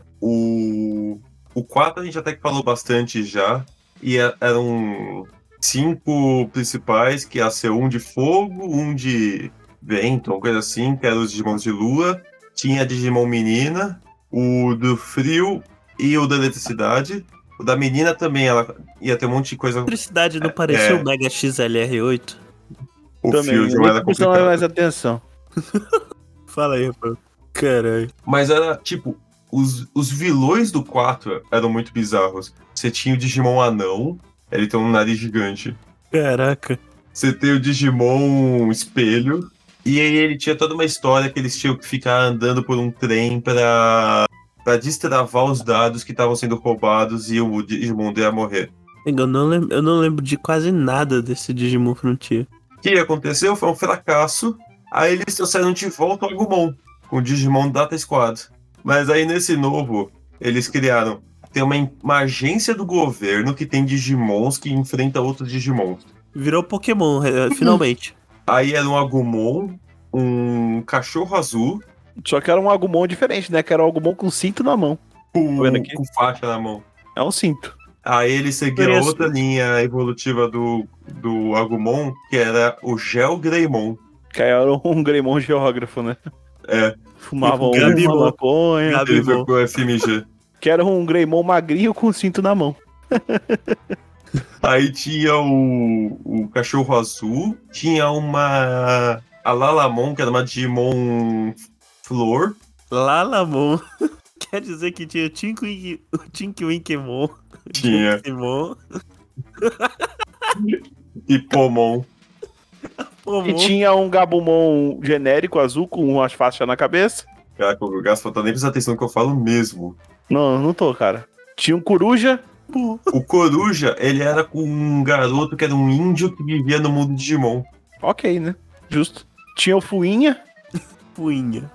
O, o 4 a gente até que falou bastante já. E é- eram cinco principais, que ia ser um de fogo, um de vento, uma coisa assim, que eram os Digimons de lua. Tinha a Digimon menina, o do frio e o da eletricidade. O da menina também, ela ia ter um monte de coisa. Eletricidade não parecia é. o Mega XLR8? O Também. fio Eu não era não prestava complicado. mais atenção. Fala aí, rapaz. Caralho. Mas era, tipo, os, os vilões do 4 eram muito bizarros. Você tinha o Digimon anão, ele tem um nariz gigante. Caraca. Você tem o Digimon um espelho. E aí ele tinha toda uma história que eles tinham que ficar andando por um trem pra, pra destravar os dados que estavam sendo roubados e o Digimon ia morrer. Eu não, lem- eu não lembro de quase nada desse Digimon Frontier. O que aconteceu foi um fracasso. Aí eles trouxeram de volta o Agumon, com o Digimon Data Squad. Mas aí nesse novo, eles criaram. Tem uma, em- uma agência do governo que tem Digimons que enfrenta outros Digimons. Virou Pokémon, Uhum. eh, finalmente. Aí era um Agumon, um cachorro azul, Só que era um Agumon diferente, né? Que era um Agumon com cinto na mão. com, Tá vendo aqui? com faixa na mão. É um cinto. Aí ele seguia Parece- outra linha evolutiva do, do Agumon, que era o Gel Greymon. Que aí era um Gremon geógrafo, né? É. Fumava um, Gabimon. fumava maconha. Gab- Ele Agumon. foi pro FMG. Que era um Gremon magrinho com cinto na mão. Aí tinha o, o Cachorro Azul, tinha uma. A Lalamon, que era uma Digimon Flor. Lalamon. Quer dizer que tinha Tinkwink- o Tinkwinkmon. Tinha. Timon. E Pomon. E tinha um Gabumon genérico azul com umas faixas na cabeça. Caraca, o Gaspar tá nem prestando atenção no que eu falo mesmo. Não, não tô, cara. Tinha um coruja. O Coruja, ele era com um garoto que era um índio que vivia no mundo Digimon. Ok, né? Justo. Tinha o Fuinha Punha.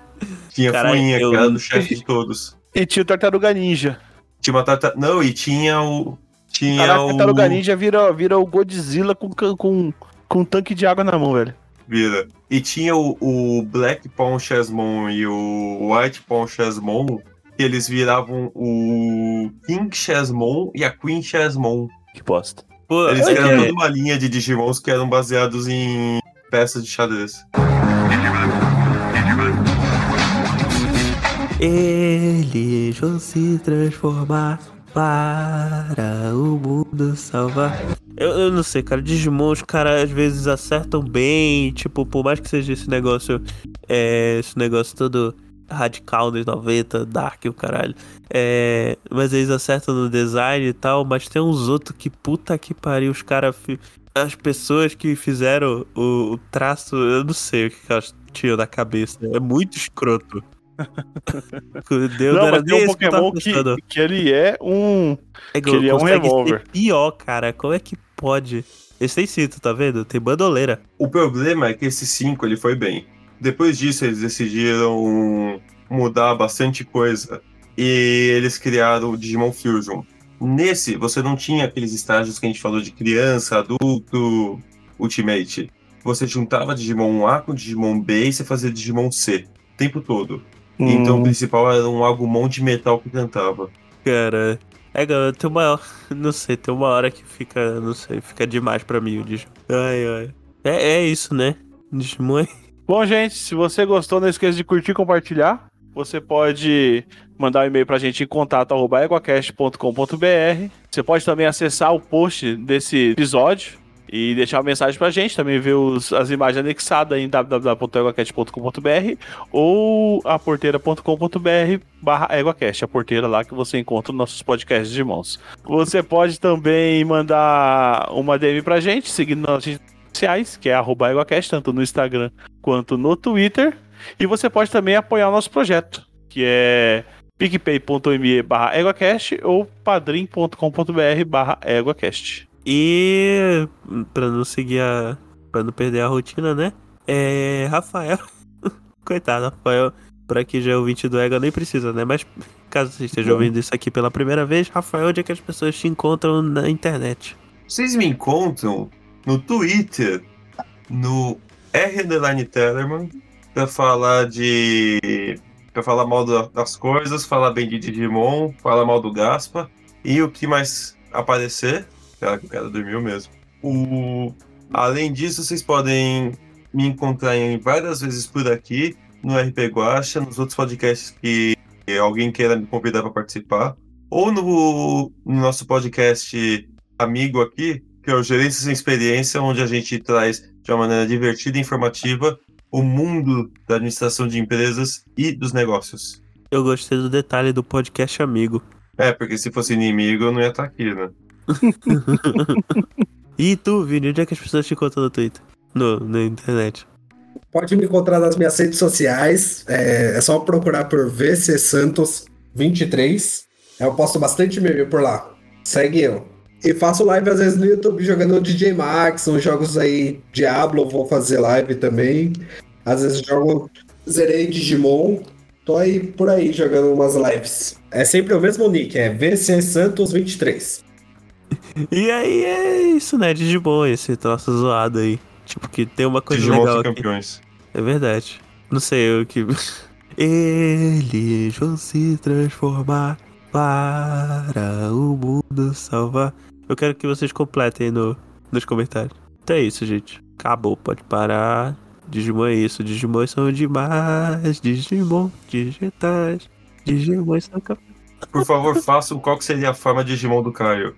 Tinha a Caralho, Fuinha, eu- que era do chefe de todos. e tinha o Tartaruga Ninja. Tinha uma tarta... Não, e tinha o. Tinha Caraca, é o Tartaruga o. Ninja vira, vira o Godzilla com, can- com, com um tanque de água na mão, velho. Vira. E tinha o, o Black Pawn Chasmon e o White Pawn Chasmon. Que eles viravam o King Chasmon e a Queen Chasmon. Que bosta. Pô, Eles é, criaram toda uma linha de Digimons que eram baseados em peças de xadrez. Eles vão se transformar Para o mundo salvar. Eu, eu não sei, cara. Digimon, os caras às vezes acertam bem. Tipo, por mais que seja esse negócio. é, esse negócio todo radical dos 90, Dark e o caralho. É, mas eles acertam no design e tal. Mas tem uns outros que puta que pariu. Os caras. As pessoas que fizeram o, o traço. Eu não sei o que, que elas tinham na cabeça. É muito escroto. Deus não, mas tem um Pokémon que, que ele é um. é que ele é um consegue revólver. ser Pior, cara. Como é que pode? Esse tem cinto, tá vendo? Tem bandoleira. O problema é que esse 5 ele foi bem. Depois disso, eles decidiram mudar bastante coisa. E eles criaram o Digimon Fusion. Nesse, você não tinha aqueles estágios que a gente falou de criança, adulto, Ultimate. Você juntava Digimon A com Digimon B e você fazia Digimon C o tempo todo. Então o Hum. principal era um agumon de metal que cantava. Cara. É, cara, tem uma. Não sei, tem uma hora que fica. Não sei, fica demais pra mim o Digimon. Ai, ai. É, é isso, né? Digimon é. Bom, gente, se você gostou, não esqueça de curtir e compartilhar. Você pode mandar um e-mail pra gente em contato.eguacast.com.br. Você pode também acessar o post desse episódio e deixar uma mensagem pra gente. Também ver os- as imagens anexadas em www.eguacast.com.br ou aporteira.com.br barra Eguacast, a porteira lá que você encontra os nossos podcasts de mãos. Você pode também mandar uma DM pra gente, seguindo nas redes sociais, que é arroba Eguacast, tanto no Instagram quanto no Twitter. E você pode também apoiar o nosso projeto, que é picpay.me barra EguaCast ou padrim.com.br barra EguaCast. E. Pra não seguir a. Pra não perder a rotina, né? É. Rafael. Coitado, Rafael. Pra quem já é ouvinte do Ego, nem precisa, né? Mas caso você esteja ouvindo isso aqui pela primeira vez, Rafael, onde é que as pessoas te encontram na internet? Vocês me encontram no Twitter, no R Tellerman, pra falar de. pra falar mal da- das coisas, falar bem de Digimon, falar mal do Gaspa e o que mais aparecer. Será que o cara dormiu mesmo? O... Além disso, vocês podem me encontrar em várias vezes por aqui, no RP Guacha, nos outros podcasts que alguém queira me convidar para participar, ou no, no nosso podcast amigo aqui, que é o Gerência Sem Experiência, onde a gente traz de uma maneira divertida e informativa o mundo da administração de empresas e dos negócios. Eu gostei do detalhe do podcast amigo. É, porque se fosse inimigo eu não ia estar aqui, né? E tu, Vini, onde é que as pessoas te encontram no Twitter? No, na internet. Pode me encontrar nas minhas redes sociais. É, é só procurar por VC Santos 23. Eu posto bastante meme por lá. Segue eu. E faço live às vezes no YouTube jogando DJ Max, uns jogos aí Diablo, eu vou fazer live também. Às vezes jogo Zerei Digimon. Tô aí por aí jogando umas lives. É sempre o mesmo nick, é VC Santos 23. E aí é isso, né? Digimon, esse troço zoado aí. Tipo, que tem uma coisa Digimon legal são aqui. campeões. É verdade. Não sei eu que. Eles vão se transformar para o mundo salvar. Eu quero que vocês completem no, nos comentários. Então é isso, gente. Acabou, pode parar. Digimon é isso. Digimon são demais. Digimon digitais. Digimon são Por favor, façam qual que seria a forma de Digimon do Caio.